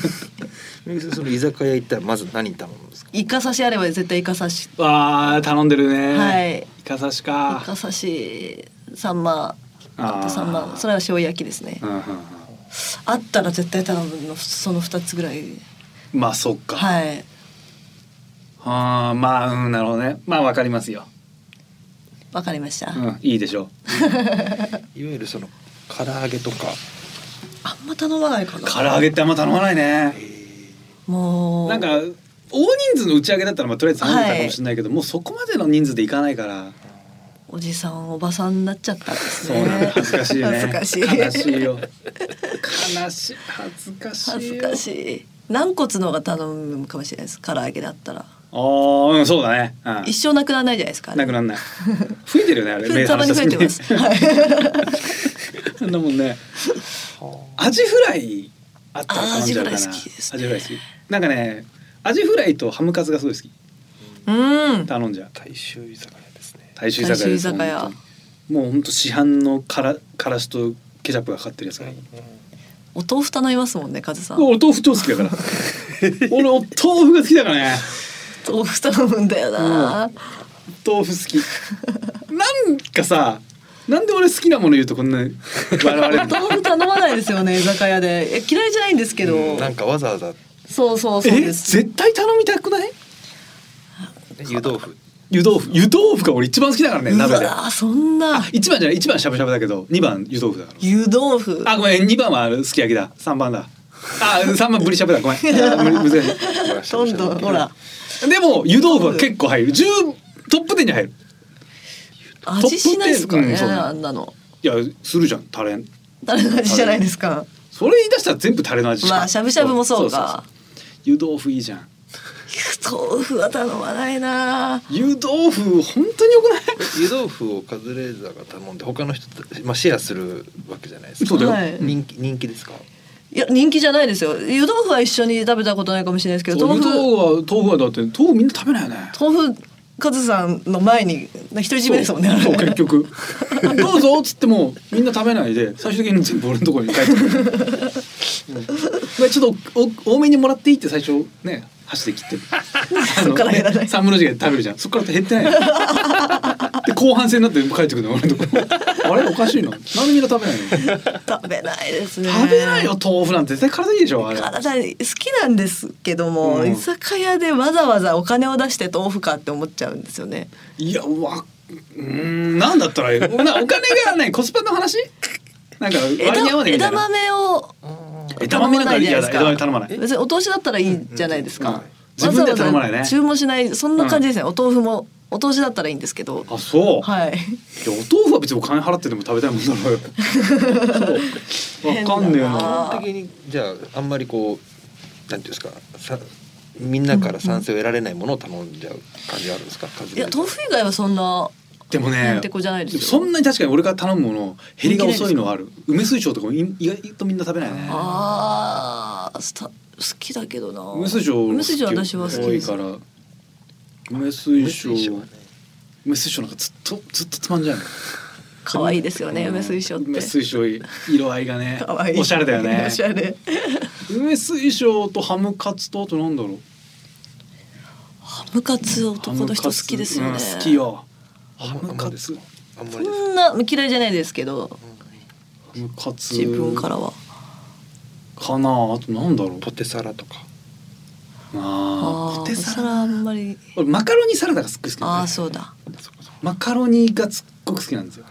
S5: みゆきさんその居酒屋行ったらまず何頼むんですか
S4: イカ刺しあれば絶対イカ刺し。
S3: わあ頼んでるね、
S4: はい
S3: イカ刺し
S4: イ
S3: か
S4: カ刺し、サンマ。あとサンマ、それは塩焼きですね
S3: う。んうんうん
S4: あったら絶対頼むの、その二つぐらい。
S3: まあそっか、い、
S4: はい。
S3: あーまあうんなるほどねまあわかりますよ、
S4: わかりまし
S3: う
S4: た。
S3: ん、いいでしょ
S5: いわゆるその唐揚げとか
S4: あんま頼まないか
S3: う
S4: な。
S3: 唐揚げってあんま頼まないね
S4: もう。
S3: なんか大人数の打ち上げだったらまあとりあえず頼んでたかもしれないけど、もうそこまでの人数でいかないから
S4: おじさんおばさんになっちゃったんです
S3: そうなの
S4: ね。
S3: 恥ずかしいね
S4: 恥ず
S3: 悲
S4: かし
S3: し
S4: い。
S3: いよ悲しい恥ずかしいよ
S4: 恥ずかしい。軟骨の方が頼むかもしれないです。唐揚げだったら。
S3: ああうんそうだね、うん、
S4: 一生なくならないじゃないですか。
S3: なくなんない増えてるよねあれ目
S4: <laughs> たまに増えてます。
S3: <laughs>
S4: はい。
S3: そんなもんねアジフライあったら頼んじゃうかな
S4: あーアジフライ好きですね
S3: アジフライ好きなんかねアジフライとハムカツがすごい好き
S4: うん。
S3: 頼んじゃう
S5: 大衆居酒屋ですね
S3: 大衆居酒屋です
S4: 大衆居酒屋
S3: 本当にもうほんと市販のからからしとケチャップがかかってるやつがいい
S4: お豆腐頼みますもんね、カズさん。
S3: 俺お豆腐超好きだ
S4: <laughs>
S3: から俺お豆腐が好きだからね
S4: 豆腐頼むんだよな。
S3: お豆腐好きなんかさなんで俺好きなもの言うとこんなに笑われ
S4: <laughs>
S3: るの
S4: 豆腐頼まないですよね、居酒屋で。え嫌いじゃないんですけど。
S5: なんかわざわざ
S4: そうそうそう
S3: え
S4: です。
S3: 絶対頼みたくない
S5: 湯豆腐
S3: 湯豆腐湯豆腐が俺一番好きだからね
S4: うわ
S3: 鍋で
S4: ーそんな
S3: 一番じゃない一番しゃぶしゃぶだけど二番湯豆腐だから
S4: 湯豆腐。
S3: あごめん二番はすき焼きだ三番だあ三番ぶりしゃぶだごめんあー
S4: <laughs>
S3: む難し
S4: どんどんほら
S3: いでも湯豆腐は結構入る十トップ10に入る
S4: 味しないですから
S3: う
S4: ね、
S3: んそう
S4: あんなの。
S3: いやするじゃんタレ
S4: 誰の味じゃないですか。
S3: それ言い出したら全部タレの味しか
S4: まあしゃぶしゃぶもそう
S3: そうそう
S4: か。
S3: 湯豆腐いいじゃん
S4: 豆腐は頼まないな。
S3: 湯豆腐本当に良くない
S5: 湯豆腐をカズレーザーが頼んで他の人と、まあ、シェアするわけじゃないですか
S3: そうだよ
S4: はい
S5: 人気人気ですか
S4: いや人気じゃないですよ。湯豆腐は一緒に食べたことないかもしれないですけど、
S3: そう
S4: 豆
S3: 湯豆
S4: 腐
S3: 腐は豆腐はだって豆腐みんな食べないよね
S4: 豆腐カズさんの前に独り占めですもんね。あ
S3: そう
S4: れ
S3: 結
S4: <laughs>
S3: 局どうぞっつってもみんな食べないで最終的に全部俺のところに帰ってくる、うんまあ、ちょっとおお多めにもらっていいって最初ね箸で切ってあ
S4: そっから減らない
S3: ね三分の一が食べるじゃんそっから減
S4: <laughs>
S3: ってないので後半戦になって帰ってくるの俺のとこ
S4: <laughs>
S3: ろあれおかしいななんでみんな食べないの食
S4: 食べないですね。
S3: べないよ。豆腐なんて絶対体いいでしょあれ
S4: 体に好きなんですけども、
S3: うん
S4: 居酒屋でわざわざお金を出して豆腐かって思っちゃうんですよね。
S3: いやわうーんなんだったらいい <laughs> なお金がないコスパの話なんか割に合わ
S4: 枝
S3: ねえみた
S4: 枝
S3: いな
S4: 豆を
S3: 枝豆なんか嫌だ枝豆頼まない
S4: 別にお通しだったらいいじゃないです
S3: うん
S4: か。
S3: 自分では頼まないね
S4: わざわざ注文しないそんな感じですね。お豆腐もお通しだったらいいんですけど。
S3: あそう、
S4: はい。
S3: いやお豆腐は別にお金払ってでも食べたいもんだろうよ
S4: <laughs>
S3: そうわかんねえ
S4: 変だ
S3: な
S5: 基
S4: な
S5: 本的にじゃああんまりこうなんていうんですかさみんなから賛成を得られないものを頼んじゃう感じがあるんですかカズ
S4: い
S5: レ
S4: や
S5: ーザー
S4: 豆腐以外はそんな
S3: でも
S4: へ
S3: ね
S4: んてこじゃないですよ
S3: そんなに確かに俺が頼むもの減りが遅いのはある梅水晶とかもい意外とみんな食べないね
S4: ああ好きだけどな。
S3: 梅水晶
S4: 梅水晶私は好き
S3: 多
S4: で
S3: い
S4: す
S3: か。ら梅水晶
S5: 梅水晶はね
S3: 梅水晶なんかずっとずっとつまんじゃうの
S4: 可愛いですよね梅水晶って。
S3: 梅水晶いい色合いがね
S4: <laughs> 可愛い。
S3: おしゃれだよね
S4: <laughs> おしゃれ。
S3: 梅水晶とハムカツとあとなんだろう
S4: ハムカツ男の人好きですよね。
S3: ハムカツうん好き。よ
S5: あ
S3: ハム
S5: あんま
S3: カ
S5: りです
S3: ツ
S5: かあんま
S4: そ
S5: りです
S4: んな嫌いじゃないですけど
S3: ハムカツ
S4: 自分からは。
S3: かなあとなんだろう
S5: ポテサラとか
S3: ああポテサ
S4: ラ
S3: ラ
S4: あんまり。
S3: 俺マカロニサラダがすっごい好き
S4: あ
S3: なん
S4: あ
S3: ですよ
S4: そうだ。
S3: マカロニがすっごく好きなんですよ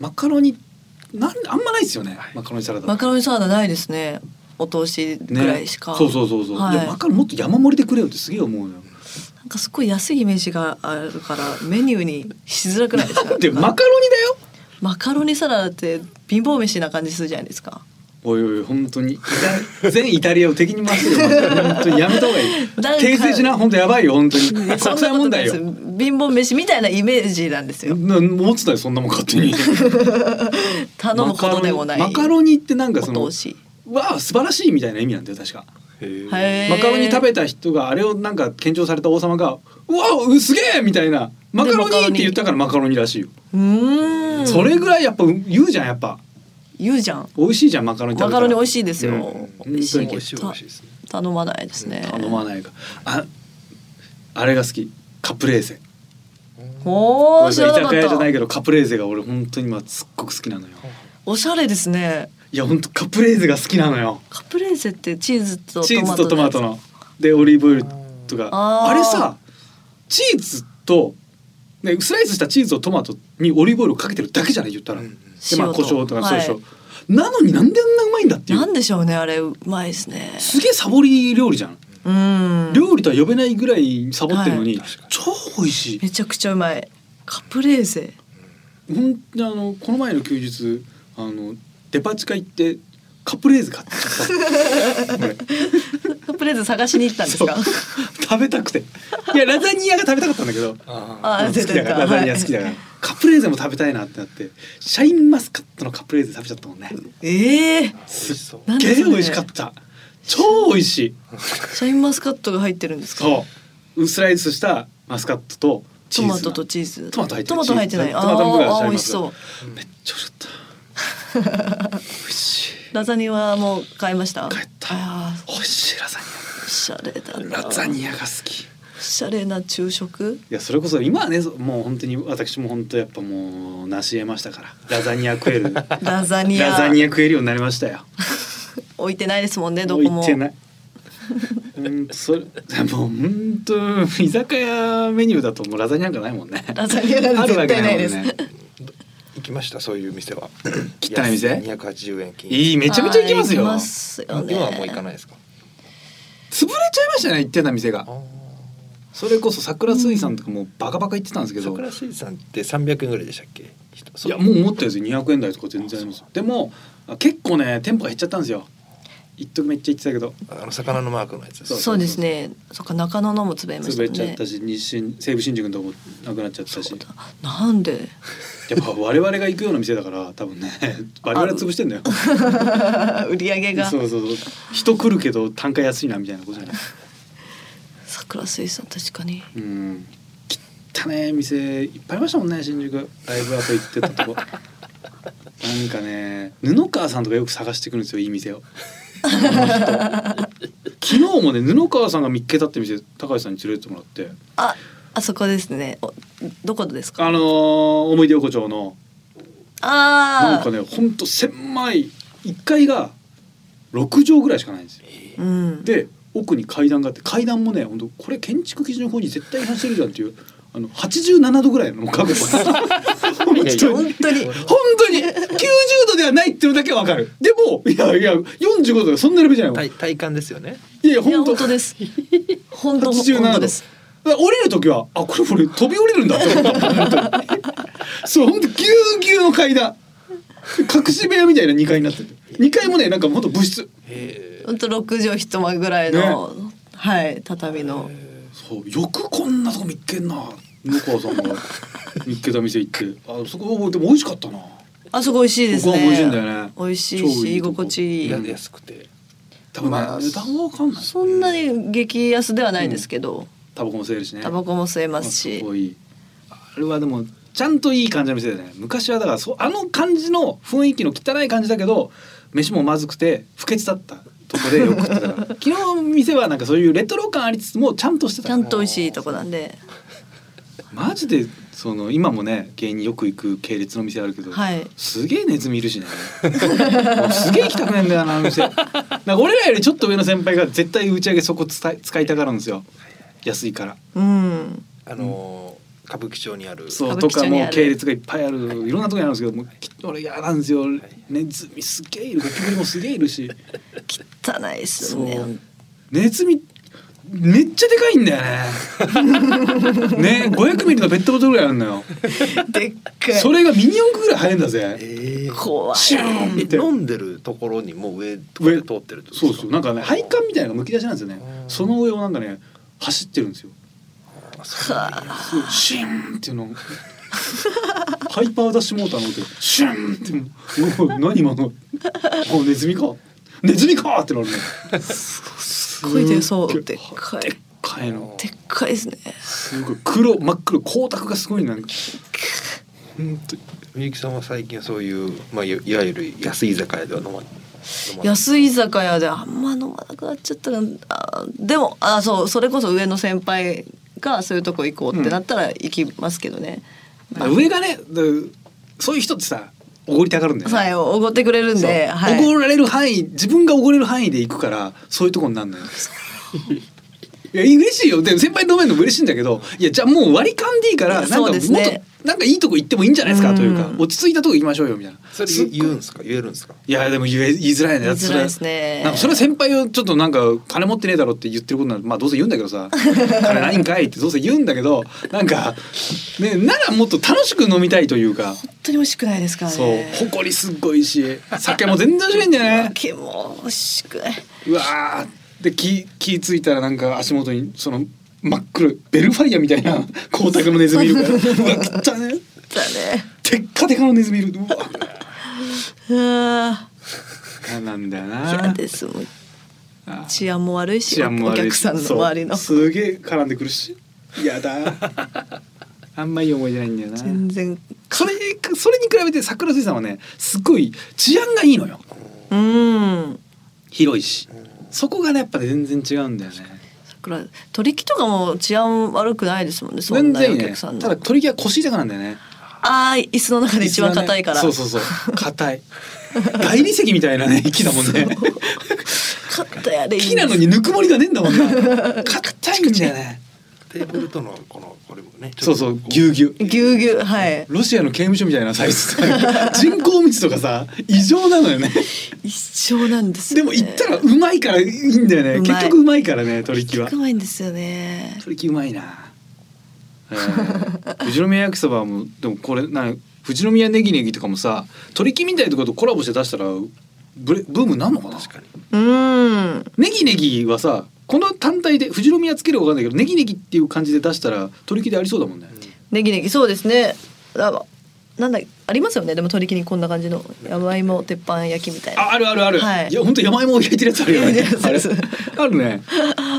S3: マカロニなんあんまないですよねマカロニサラダ
S4: マカロニサラダないですね。お通しぐらいしか。
S3: ね、そうそうそうそう、
S4: はい
S3: いやマカロニもっと山盛りでくれよってすげえ思
S4: <laughs>
S3: うのよ
S4: なんかすごい安いイメージがあるからメニューにしづらくないです
S3: <laughs>
S4: か。
S3: でマカロニだよ
S4: マカロニサラダって貧乏飯な感じするじゃないですか。
S3: おいおい本当にイタ全 <laughs> イタリアを敵に回してるよマカロニ本当にやめた方がいい
S4: だから
S3: 訂正しな本当やばいよ本当に
S4: いや
S3: 国際問題よ
S4: そんなことないです貧乏飯みたいなイメージなんですよ。
S3: な持つなよそんなもん勝手に
S4: 頼むことでもない。
S3: マカロニってなんかその
S4: お通し。
S3: わあ素晴らしいみたいな意味なんだよ確か
S4: へー
S3: マカロニ食べた人があれをなんか献上された王様が「うわうすげえ!」みたいな「マカロ
S4: マカロ
S3: ニ!」っ
S4: ニ
S3: て言ったからマカロニらしいよ、
S4: うーん。
S3: それぐらいやっぱ言うじゃんやっぱ
S4: 言うじゃん。
S3: 美味しいじゃんマカロニ食べた
S4: マ
S3: ら
S4: カロニ美味しいですよ。
S3: うん
S4: 美味しい
S3: 本当
S4: け
S5: 美
S3: に
S5: 味しい美
S4: ど
S5: 味しいですね
S4: 頼まないですね。
S3: 頼まないかああれが好きカプレーゼ
S4: おお
S3: 居
S4: 知らな
S3: 酒
S4: かっ
S3: 屋じゃない
S4: た。
S3: けどカプレーゼが俺本当に今すっごく好きなのよ
S4: おしゃれですね。
S3: いや本当カプレーゼが好きなのよ
S4: カプレーゼってチーズとトマト
S3: チーズとトマト
S4: や
S3: のでオリーブオイルとか
S4: あー
S3: あれさチーズと、ね、スライスしたチーズとトマトにオリーブオイルをかけてるだけじゃない言ったら、
S5: うんうん
S4: つ
S3: でまあ
S4: 塩
S3: 胡椒とかそうでしょ、
S4: は
S3: なのになんであんなうまいんだっ
S4: い
S3: ていう
S4: なんでしょうねあれうまいですね。
S3: すげえサボり料理じゃん、
S4: うん。
S3: 料理とは呼べないぐらいサボってるのに、
S5: はい確かに
S3: 超美味しい
S4: めちゃくちゃうまい。カプレーゼ。
S3: ほんであのこの前の休日あのデパ地下行ってカプレーゼ買ってきた俺
S4: カプレーゼ探しに行ったんですか。
S3: 食べたくていやラザニアが食べたかったんだけど
S5: あ
S4: あ
S3: 好
S4: ー
S3: き
S4: 出て
S3: だか
S4: た
S3: らラザニア好きだから、カプレーゼも食べたいなってなってシャインマスカットのカプレーゼ食べちゃったもんね
S4: ええー。
S5: 美味しそう
S4: な
S3: ゲー美味しかった超美味しい
S4: シャインマスカットが入ってるんですか。
S3: そうスライスしたマスカットとチー
S4: ト
S3: ズ
S4: マトとチーズ。
S3: トマト入ってる
S4: トマト入ってない。
S3: チーズト
S4: あ
S3: マトの部分は
S4: ーあー、
S3: シャイン
S4: 美
S3: マ
S4: 味し
S3: スカッ
S4: そ <laughs>
S3: トめっちゃ美味しかった美味しい
S4: ラザニアも買いました。
S3: 買った
S4: ああ、
S3: 美味しいラザニ
S4: おしゃれだな。
S3: アラザニアが好きい
S4: おしゃれな昼食。
S3: やそれこそ今はねそもう本当に私も本当やっぱもう成し得ましたからラザニア食えるラ
S4: ラザニア。
S3: ザニア食えるようになりましたよ
S4: 置いてないですもんね、どこも。
S3: 置いてない。うん、それもう本当居酒屋メニューだともうラザニアなんかないもんね。
S4: ラザニアなんて絶対ないです
S3: あるわけもんね
S5: 行きましたそういう店は
S3: 汚い店
S5: 二百八十円金
S3: いいめちゃめちゃ行きますよ。
S4: あー行きますよね
S5: 今はもう行かないですか
S3: 潰れちゃいましたね行ってた店が
S5: あ。ー
S3: それこそ桜水さんとかもうバカバカ行ってたんですけど。
S5: 桜水産って三百円ぐらいでしたっけ人そ
S3: いやもう持ったやつ200円台とか全然あります。でもあ結構ね店舗が減っちゃったんですよ。一時めっちゃ行ってたけど
S5: あの魚のマークのやつです
S3: そう
S4: そうですね。そっか、中野のも潰れまし
S3: 潰
S4: たね。
S3: れちゃったし日進西武新宿のとこなくなっちゃったし
S4: そうだな
S5: <laughs>
S4: んで。
S3: やっぱ我々が行くような店だから多分ね我々潰してんだよ。
S4: 売り上げが
S3: そうそうそう人来るけど単価安いなみたいなことじゃない
S4: 桜水産確かに
S3: うん汚ね店いっぱいありましたもんね新宿ライブ後行ってた
S4: <laughs>
S3: とこなんかね布川さんとかよく探してくるんですよいい店
S4: <laughs>
S3: をあの人昨日もね布川さんが見っけたって店高橋さんに連れてってもらって
S4: ああそこですねおどこですか
S3: あのー思い出横丁のなん
S4: あ
S3: か
S4: あ、
S3: ねほんと狭い1階が6畳ぐらいしかないんですよ
S4: うん
S3: で奥に階段があって階段もね本当これ建築基準法に絶対違反してるじゃんっていうあの87度ぐ <laughs> らいの角度
S5: いやいや
S3: 本当に本
S4: 本当に
S3: 当に90度ではないっていうのだけはわかるでもいやいや45度がそんなレベルじゃないもんい
S5: 体体感ですよね
S3: やいや
S4: いや
S3: 本当
S4: 本
S3: <laughs>
S4: 当です本当
S3: 87
S4: 本当
S3: 度
S4: です
S3: だから降りる時はあこれこれ飛び降りるんだって思った本当にそう本当ぎゅうぎゅうの階段隠し部屋みたいな2階になってて2階もねなんか本当物質
S4: 本当六畳一間ぐらいの、はい畳の
S3: そうよくこんなとこ見っけんな向川さん
S4: <laughs>
S3: が見っけた店行ってあそこ覚えても美味しかったな
S4: あそこ美味しいです
S3: ここは
S4: ね
S3: 美味しいんだよね
S4: 美味し
S3: 超いい
S4: い
S3: とこ
S4: し居心地いい
S3: うん
S5: 安くて
S3: 多分ね、
S4: まあ
S3: 値段はわかんない
S4: そんなに激安ではないですけど、
S3: タバコも吸えるしね
S4: タバコも吸えます
S3: あ
S4: し
S3: すごいあれはでもちゃんといい感じの店だね昔はだからそうあの感じの雰囲気の汚い感じだけど飯もまずくて不潔だったとこでよく食ってた
S4: <laughs>
S3: から昨日の店はなんかそういうレトロ感ありつつもちゃんとしてた
S4: ち
S3: か
S4: ゃ
S3: ら
S4: んと美味しいとこなんで
S3: マジでその今もね芸人よく行く系列の店あるけど、
S4: はい
S3: すげえネズミいるしね <laughs> もうすげえ行きたくないんだよなあの店なんか俺らよりちょっと上の先輩が絶対打ち上げそこ使い使いたがるんですよ安いから
S4: うん
S5: あのー歌舞伎町にある
S3: そうと
S4: 歌舞伎町
S3: か
S4: にあ
S3: も
S4: る
S3: う系列がいっぱいあるいろんなとこにあるんですけどもうきっと俺嫌なんですよネズミすげえいるゴキブリもすげえいるし
S4: 汚いっす
S3: そう
S4: ね
S3: ネズミめっちゃでかいんだよねね500ミリ
S4: <laughs>
S3: のペットボトルぐらいあるのよ
S4: でっかい
S3: それがミニ四駆ぐらい入るんだぜ、
S5: えー
S4: 怖い
S3: シューン
S5: え
S3: って
S5: 飲んでるところにもう上とかで通ってるってことですか
S3: そうそうなんかね配管みたいなのがむき出しなんですよね
S5: うん
S3: その上をなんかね走ってるんですよ
S5: あそうなんだ
S3: そうシーンっていう
S4: <laughs>
S3: のハイパーダッシュモーターの音でシューンってもううわ何今のあネズミかネズミかってなるねす
S4: すごいでそうで
S3: で
S4: っかい
S3: かいの
S4: でっかいですね
S3: すごい黒真っ黒光沢がすごいなんか本当に
S5: みゆきさんは最近そういう、まあ、いわいわゆる安い居酒屋では飲ま飲まない
S4: 安い居酒屋であんま飲まなくなっちゃったらあでもあそうそれこそ上の先輩がそういうとこ行こうってなったら行きますけどね、
S3: だから上がねだからそういう人ってさおごりたがるんだよね
S4: はいおごってくれるんで、
S3: そう
S4: はい、
S3: おごられる範囲自分がおごれる範囲で行くからそういうとこにな
S4: <laughs>
S3: るのよ。いや嬉しいよで先輩に飲めるのも嬉しいんだけど、いやじゃあもう割り勘でいいからなんかも
S4: そう
S3: っ
S4: で
S3: と、
S4: すね
S3: なんかいいとこ行ってもいいんじゃないですかというか
S4: うん
S3: 落ち着いたとこ行きましょうよみたいな。
S5: それ
S3: す
S5: 言うんですか言えるんですか
S3: いやでも言え言いづらいね。
S4: 言いづらいですね
S3: なんかそれは先輩をちょっとなんか金持ってねえだろって言ってることなんまあどうせ言うんだけど
S4: <laughs>
S3: さ、金ないんかいってどうせ言うんだけど、なんかねならもっと楽しく飲みたいというか、
S4: 本当に美味しくないですから
S3: そう
S4: ね
S3: 誇りすっごいし、酒も全然美味しいんだよね。
S4: 酒も美味しくないう
S3: わーで気気ついたらなんか足元にその真っ黒いベルファイアみたいな光沢のネズミいるからうわ食ったね
S4: だね
S3: テッカテカのネズミいるうわ
S4: あ
S3: 嫌なんだよ
S4: ー嫌
S3: な
S4: ですもう
S3: あー
S4: 治安も悪いし
S3: 治安も悪い
S4: お客さんの
S3: そう
S4: 周りの
S3: すげえ絡んでくるしやだあんまいい思い出ないんだよな
S4: 全然
S3: それそれに比べて桜水さんはねすごい治安がいいのよ
S4: うん
S3: 広いし、そこがねやっぱ全然違うんだよね
S4: 桜取り木とかも治安悪くないですもんねそん
S3: 全
S4: な
S3: 然いい
S4: にお
S3: ね
S4: 客さんの、
S3: ただ鳥木は腰高なんだよね
S4: あー椅子の中で一番硬いから、
S3: そうそうそう硬い大理石みたいな
S4: <laughs>
S3: ね木だもんね
S4: 硬いあれ
S3: 木なのにぬくもりがねえんだもんな硬いんだよね
S5: テーブルとのこのこれもね
S3: そうそうぎゅうぎゅう
S4: ぎゅうぎゅうはい
S3: ロシアの刑務所みたいなサイズ
S4: <laughs>
S3: 人口密度がさ異常なのよね
S4: 一生なんです
S3: で
S4: よ、
S3: も
S4: ね、
S3: 行ったらうまいからいいんだよね
S4: うまい
S3: 結局うまいからね鳥木は
S4: 結構うまいんですよね
S3: 鳥木うまいな、えー富士宮焼きそばもでもこれな富士宮ネギネギとかもさ鳥木みたいなとことコラボして出したらブレブームなんのかな
S5: 確かに
S4: うん
S3: ネギネギはさこの単体で富士宮つけるかわかんないけどネギネギっていう感じで出したら鳥木でありそうだもんね、
S4: ネギネギそうですねあなんだありますよねでも鳥木にこんな感じの山芋鉄板焼きみたいな
S3: ああるあるある、
S4: はい
S3: い、や本当山芋を焼いてるやつあるよね
S4: いやそう
S3: あれ
S4: そう
S3: あるね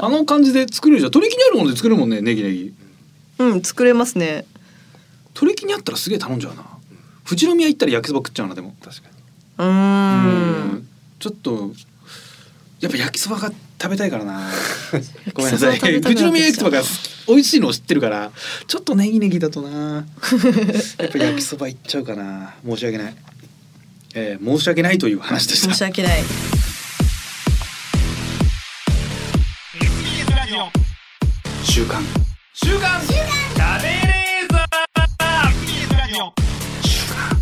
S3: あの感じで作れるじゃん鳥木にあるもので作るもんねネギネギ
S4: うん作れますね
S3: 鳥木にあったらすげえ頼んじゃうな富士宮行ったら焼きそば食っちゃうなでも
S5: 確かに
S4: うーん
S3: ちょっとやっぱ焼きそばが食べたいからなごめん
S4: 焼
S3: な
S4: きそば
S3: さ
S4: を食べ
S3: い
S4: たくなってきちゃう
S3: 富士宮焼きそばが好き美味しいのを知ってるからちょっとネギネギだとなやっぱ焼きそばいっちゃうかな申し訳ない、えー申し訳ないという話でした
S4: 申し訳ない
S2: TBS ラジオ
S1: 週刊
S2: 週刊しゃべれーザー TBS ラジオ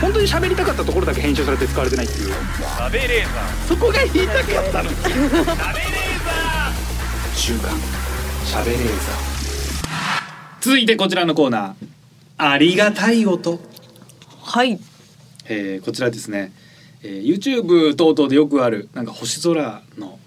S1: 本当に喋りたかったところだけ編集されて使われてないっていう
S2: しゃべれーザー
S1: そこが言いたかったの
S2: しゃべれーザー
S1: 週刊喋れー
S3: 続いてこちらのコーナーありがたい音
S4: はい
S3: えーこちらですね、えー YouTube 等々でよくあるなんか星空の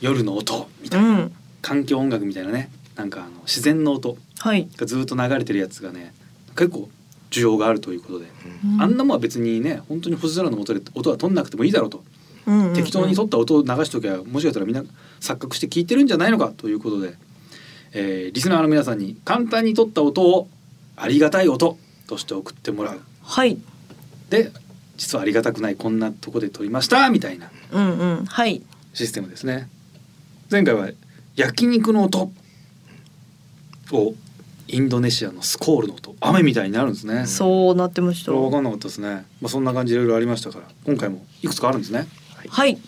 S3: 夜の音みた
S4: う
S3: いな、
S4: ん
S3: 環境音楽みたいなねなんかあの自然の音
S4: はい
S3: がずっと流れてるやつがね結構需要があるということで、
S4: うん
S3: あんなもんは別にね本当に星空の元で音は取んなくてもいいだろうと、
S4: うんうんうん
S3: 適当に取った音を流しときゃもしかしたらみんな錯覚して聞いてるんじゃないのかということで、えーリスナーの皆さんに簡単に取った音をありがたい音として送ってもらう。
S4: はい
S3: で実はありがたくないこんなとこで撮りましたみたいな
S4: うんうんはい
S3: システムですね前回は焼肉の音をインドネシアのスコールの音雨みたいになるんですね
S4: そうなってまし
S3: そ
S4: た
S3: れは分かんなかったですねまあそんな感じでいろいろありましたから今回もいくつかあるんですね
S4: はい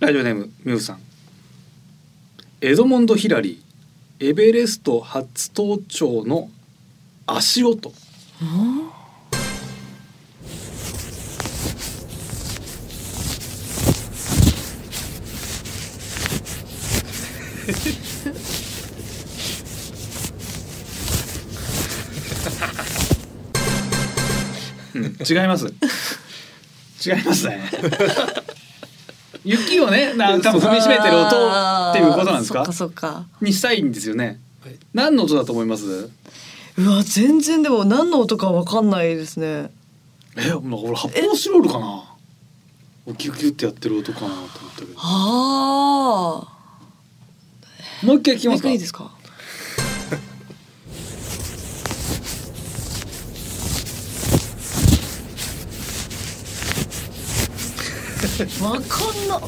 S3: ラジオネームミュウさんエドモンド・ヒラリーエベレスト初登頂の足音うん違います違いますね雪をねな多分踏みしめてる音っていうことなんですか
S4: あーそっかそっか
S3: にしたいんですよね何の音だと思います
S4: うわ全然でも何の音かわかんないですね
S3: えもう俺発泡スチロールかなおキュキュってやってる音かなと思ったけど
S4: ああ
S3: もう一回聞きますか
S4: いいで
S3: <laughs>
S4: すかわかんな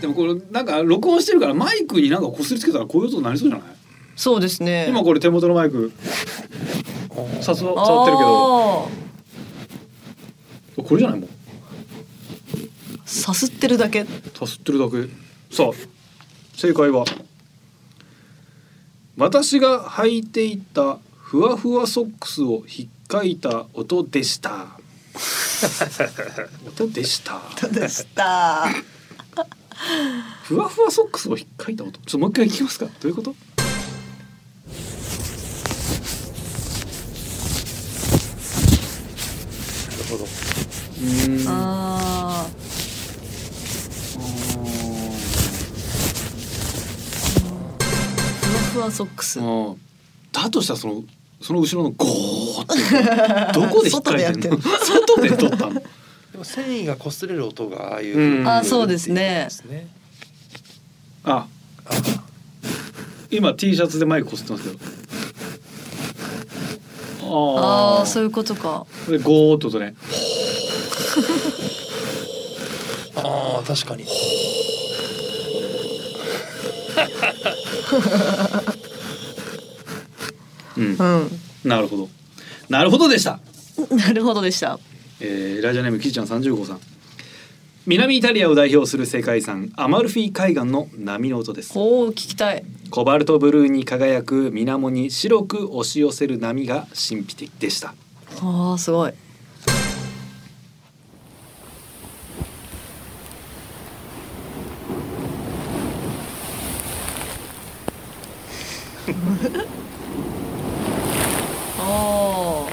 S3: でもこれなんか録音してるからマイクになんかこすりつけたらこういう音になりそうじゃない
S4: そうですね
S3: 今これ手元のマイクさす触ってるけど
S4: あー
S3: これじゃないもう
S4: さすってるだけ
S3: さすってるだけさあ正解は私が履いていたふわふわソックスをひっかいた音でした <laughs> 音でした
S4: でした
S3: ふわふわソックスをひっかいた音ちょっともう一回聞きますかどういうこと
S5: なるほど
S3: うーん
S4: あーふわふわソックス
S3: ああだとしたらそのその後ろのゴーってどこで引っかいてんの外で撮ったの
S5: でも繊維が擦れる音がああいうう。
S3: ん
S4: あそうですね
S5: ですね。
S3: あ今 T シャツでマイクこすってますけど
S4: あ
S3: あ
S4: あそういうことか
S3: うでゴーっと音ね
S5: ああ確かに。
S3: うん
S4: う
S3: なるほどなるほどでした
S4: ん <laughs> なるほどでした
S3: えーラジオネームキーちゃん30号さん南イタリアを代表する世界遺産アマルフィ海岸の波の音です
S4: おお聞きたい
S3: コバルトブルーに輝く水面に白く押し寄せる波が神秘的でした
S4: ああすごいあー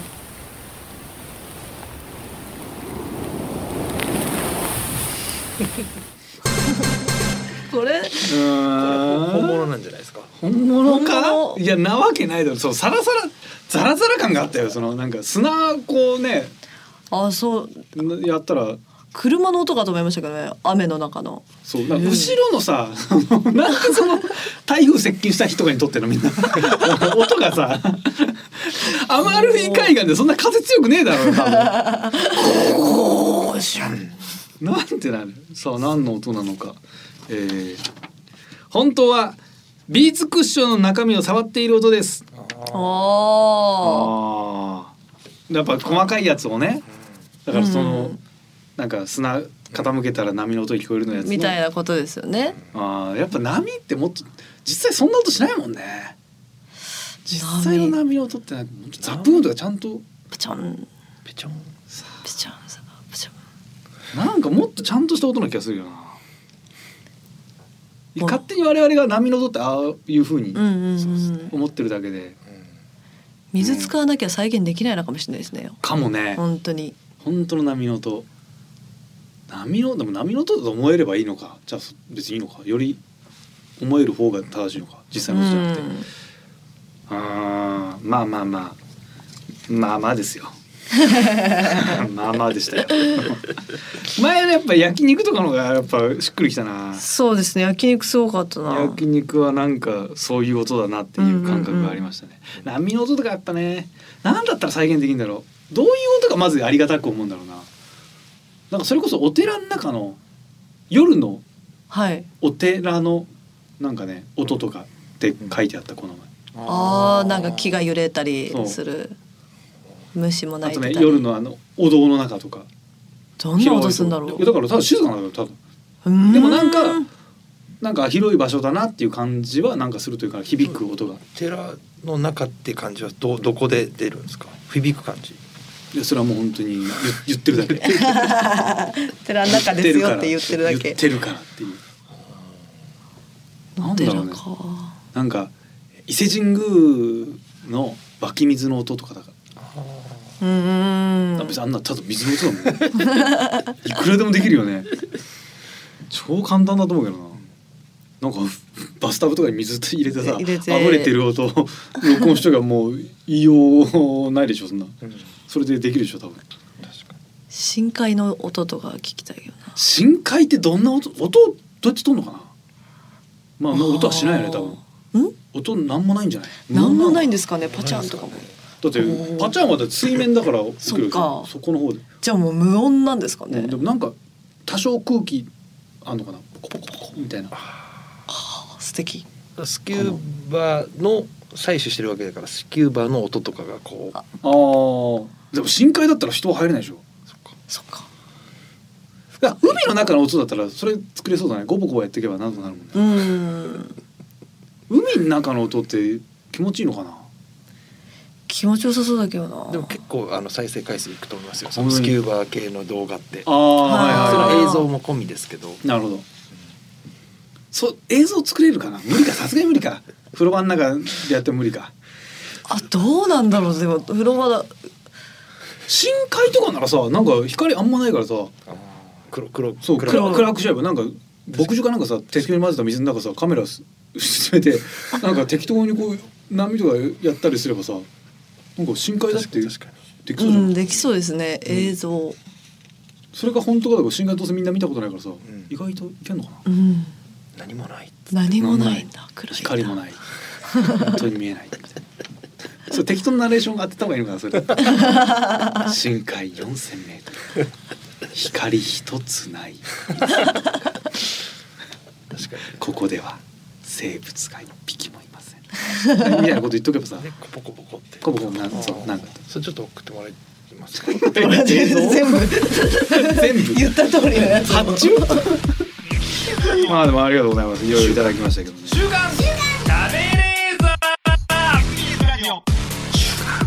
S4: これ
S5: 本物なんじゃないですか。
S3: 本物か
S4: 本物
S3: いやなわけないだろそうサラサラザラザラ感があったよそのなんか砂こうね
S4: あそう
S3: やったら
S4: 車の音かと思いましたけどね雨の中の
S3: そうなんか後ろのさ、 <laughs> なんかその台風接近した人にとってのみんな <laughs> 音がさアマルフィ海岸でそんな風強くねえだろう多
S4: <laughs>
S3: 分なんてなるさあ何の音なのか、えー本当はビーツクッションの中身を触っている音です
S4: あ
S3: あーやっぱ細かいやつをねだからその、
S4: うん
S3: なんか砂傾けたら波の音聞こえるのや
S4: あ
S3: つの
S4: みたいなことですよね。
S3: あーやっぱ波ってもっと実際そんな音しないもんね実際の波の音ってなんかもうちょっとザブーンとかちゃんと
S4: プチョン
S5: ペチョン。
S4: プチョンプチョン。
S3: なんかもっとちゃんとした音な気がするよな
S4: うん
S3: 勝手に我々が波の音ってああいう風に
S4: うんうんうん。
S3: 思ってるだけで
S4: 水使わなきゃ再現できないのかもしれないですね。
S3: かもね
S4: 本当に。
S3: 本当の波の音波のでも波の音だと思えればいいのかじゃあそ別にいいのかより思える方が正しいのか実際の音じゃなくて。あーまあまあまあまあまあですよまあまあでしたよ前のやっぱ焼肉とかの方がやっぱしっくりきたな
S4: うんそうですね。焼肉すごかったな。
S3: 焼肉はなんかそういう音だなっていう感覚がありましたね、波の音とかやっぱね何だったら再現できるんだろうどういう音がまずありがたく思うんだろうななんかそれこそお寺の中の夜の
S4: はい。
S3: お寺のなんかね音とかって書いてあったこの前
S4: ああなんか木が揺れたりする。虫も鳴
S3: あ
S4: い
S3: と
S4: てた
S3: ね
S4: り。
S3: 夜のあのお堂の中とか
S4: どんな音するんだろ
S3: 広いとこいやだからただ静かなんだよ多分
S4: う。
S3: でもなんか
S4: うー
S3: なんか広い場所だなっていう感じはなんかするというか響く音が
S5: 寺の中って感じはどどこで出るんですか。響く感じ。
S3: いやそれはもう本当に言言ってるだ
S4: <laughs>
S3: け
S4: 寺の中ですよって言ってるだ
S3: 言っ
S4: け。
S3: てるからっていうなんだろ
S4: 寺
S3: うね
S4: か。
S3: なんか伊勢神宮の湧き水の音とかだから
S4: うーん。
S3: 別にあんなただ水の音だもん <laughs> いくらでもできるよね超簡単だと思うけどななんかバスタブとかに水入れてさ
S4: 入れて
S3: 溢れてる音を録音しとけばもう言いようないでしょそんな
S5: うん、確
S3: それでできるでしょ多分
S5: か
S4: 深海の音とか聞きたいよな。
S3: 深海ってどんな音音どうやってとんのかなまあまあ音はしないよね多分
S4: 分。ん？
S3: 音なんもないんじゃない
S4: なんもないん
S3: だ
S4: ですかね。パチャンとかも。
S3: だってパチャンはだって水面だから起きるでし
S4: そっ
S3: ょ
S4: か
S3: そこの方で
S4: じゃあもう無音なんですかね
S3: で。もなんか多少空気あんのかなポコポコポコみたいな
S4: 素敵。
S5: に。スキューバの採取してるわけだからスキューバの音とかがこう
S4: あ
S3: あーでも深海だったら人は入れないでしょ
S5: そっか
S4: そっか。
S3: いや海の中の音だったらそれ作れそうだねゴボゴボやっていけばなんとかなるもんね
S4: うーん。
S3: 海の中の音って気持ちいいのかな
S4: 気持ちよさそうだけどな。
S5: でも結構あの再生回数いくと思いますよそ
S3: うん
S5: のスキューバ系の動画って
S3: あ
S5: そ
S3: あ
S4: ー
S3: はいはい
S5: の
S3: は
S5: 映像も込みですけど
S3: いなるほどそう映像作れるかな無理かさすがに無理か風呂場の中でやっても無理か
S4: あどうなんだろうでも風呂場だ。
S3: 深海とかならさなんか光あんまないからさ
S5: 黒黒
S3: そう
S5: 暗
S3: 暗暗くしちゃえばなんか牧場かなんかさ適当に混ぜた水の中さカメラす <laughs> 進
S5: <laughs>
S3: めてなんか適当にこう波とかやったりすればさなんか深海だって
S5: 確かに確か
S3: できそ
S4: う
S3: うじゃん、
S4: んできそうですね映像。
S3: それが本当かどうか新刊どうせみんな見たことないからさ、
S5: ん
S3: 意外といけんのかな
S4: うん、
S5: 何もない
S4: 何もないんだ。暗いんだ
S3: 光もない本当に見えないみたいなそれ適当なナレーションが当てた方がいいのかなそれ
S5: <laughs>
S3: 深海4千メートル光一つない
S5: 確か
S3: ここでは生物が一匹もいませんみたいなこと言っとけばさ
S5: にねコポコポコって
S3: コボコボなんそ
S5: あ
S3: う
S5: ー
S3: なんか
S5: それちょっと送ってもらえます
S3: <laughs>
S5: か
S4: 全部
S3: 全部
S4: 言った通りのやつ。
S3: 発注 <laughs> まあでもありがとうございますいろいろいただきましたけどね
S2: 週刊食べレーザー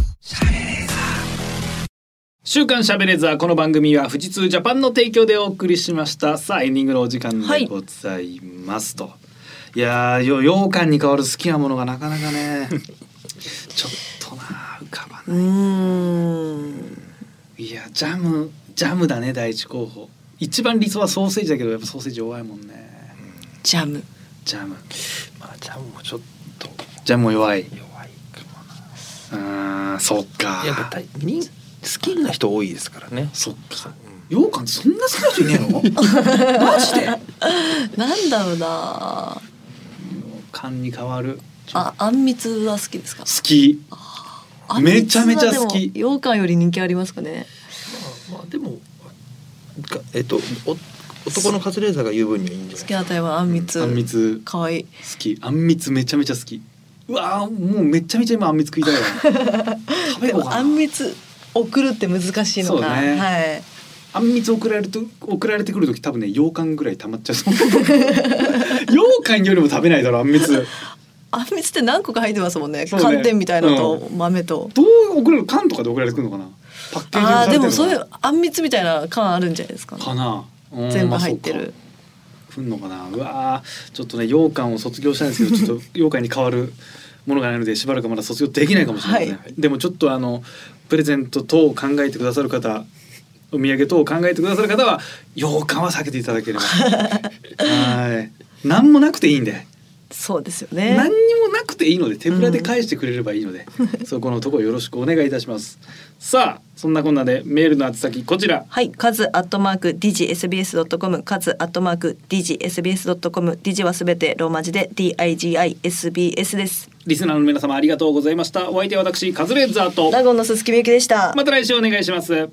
S3: 週刊しゃべれザーこの番組は富士通ジャパンの提供でお送りしましたさあエンディングのお時間
S4: は
S3: で
S4: い
S3: ございますと、い、やーよ羊羹に代わる好きなものがなかなか <laughs> ねちょっとなあ浮かば
S4: う
S3: な
S4: ーん。
S3: いいやジャムジャムだね第一候補一番理想はソーセージだけどやっぱソーセージ弱いもんね
S4: ジャム。
S3: ジャム
S5: まあジャムもちょっと
S3: ジャムも弱い
S5: 弱いかもな
S3: うーんそっか
S5: やっぱ大人好きな人多いですからね
S3: そっか羊羹そんな好きな人いねえ
S5: <laughs>
S3: のマジで
S4: なんだろうな。
S3: 缶に変わる
S4: あ、あんみつは好きですか
S3: 好。き
S4: あんみつは
S3: めちゃめちゃ好き
S4: でも羊羹より人気ありますかね。
S5: まあまあでもかえっとお男のカズレーザーが言う分にはいいんじゃ
S4: 好
S5: ない
S4: きなタイプはあんみつ。
S3: あんみつ
S4: かわいい。
S3: 好きあんみつめちゃめちゃ好きうわーもうめちゃめちゃ今あんみつ食いたいわ
S5: <laughs>
S3: 食べ
S4: で
S3: よう
S4: も
S3: かな
S4: あんみつ送るって難しいの
S3: そ
S4: か。
S3: うね
S4: はい。
S3: あんみつ送られると送られてくる時多分ね羊羹ぐらい溜まっちゃうと思う羊羹よりも食べないだろあんみつ
S4: あんみつって何個か入ってますもんね。
S3: そうね
S4: 寒天みたいのと豆と。
S3: どう送れる缶とかで送られてくるのかなパッケージに
S4: あ
S3: さ
S4: あ
S3: れて
S4: で
S3: るの
S4: も
S3: か
S4: そうい
S3: な
S4: うあんみつみたいな缶あるんじゃないですか、
S3: かなうん
S4: 全部入って
S3: まあそう
S4: る
S3: か。来んのかなうわーちょっとね羊羹を卒業したいんですけどちょっと羊羹に変わるものがないのでしばらくまだ卒業できないかもしれません、
S4: は
S3: でもちょっとあのプレゼント等を考えてくださる方お土産等を考えてくださる方は羊羹は避けていただ
S4: <laughs>
S3: ければはい何もなくていいんで
S4: そうですよね。
S3: 何にもなくていいので手ぶらで返してくれればいいので、そこのとこよろしくお願いいたしますさあそんなこんなでメールの宛先こちら
S4: はい、カズアットマーク digsbs.com カズアットマーク digsbs.com dig はすべてローマ字で digisbs です
S3: リスナーの皆様ありがとうございましたお相手は私カズレーザーと
S4: ラゴンの鈴木みゆきでした
S3: また来週お願いします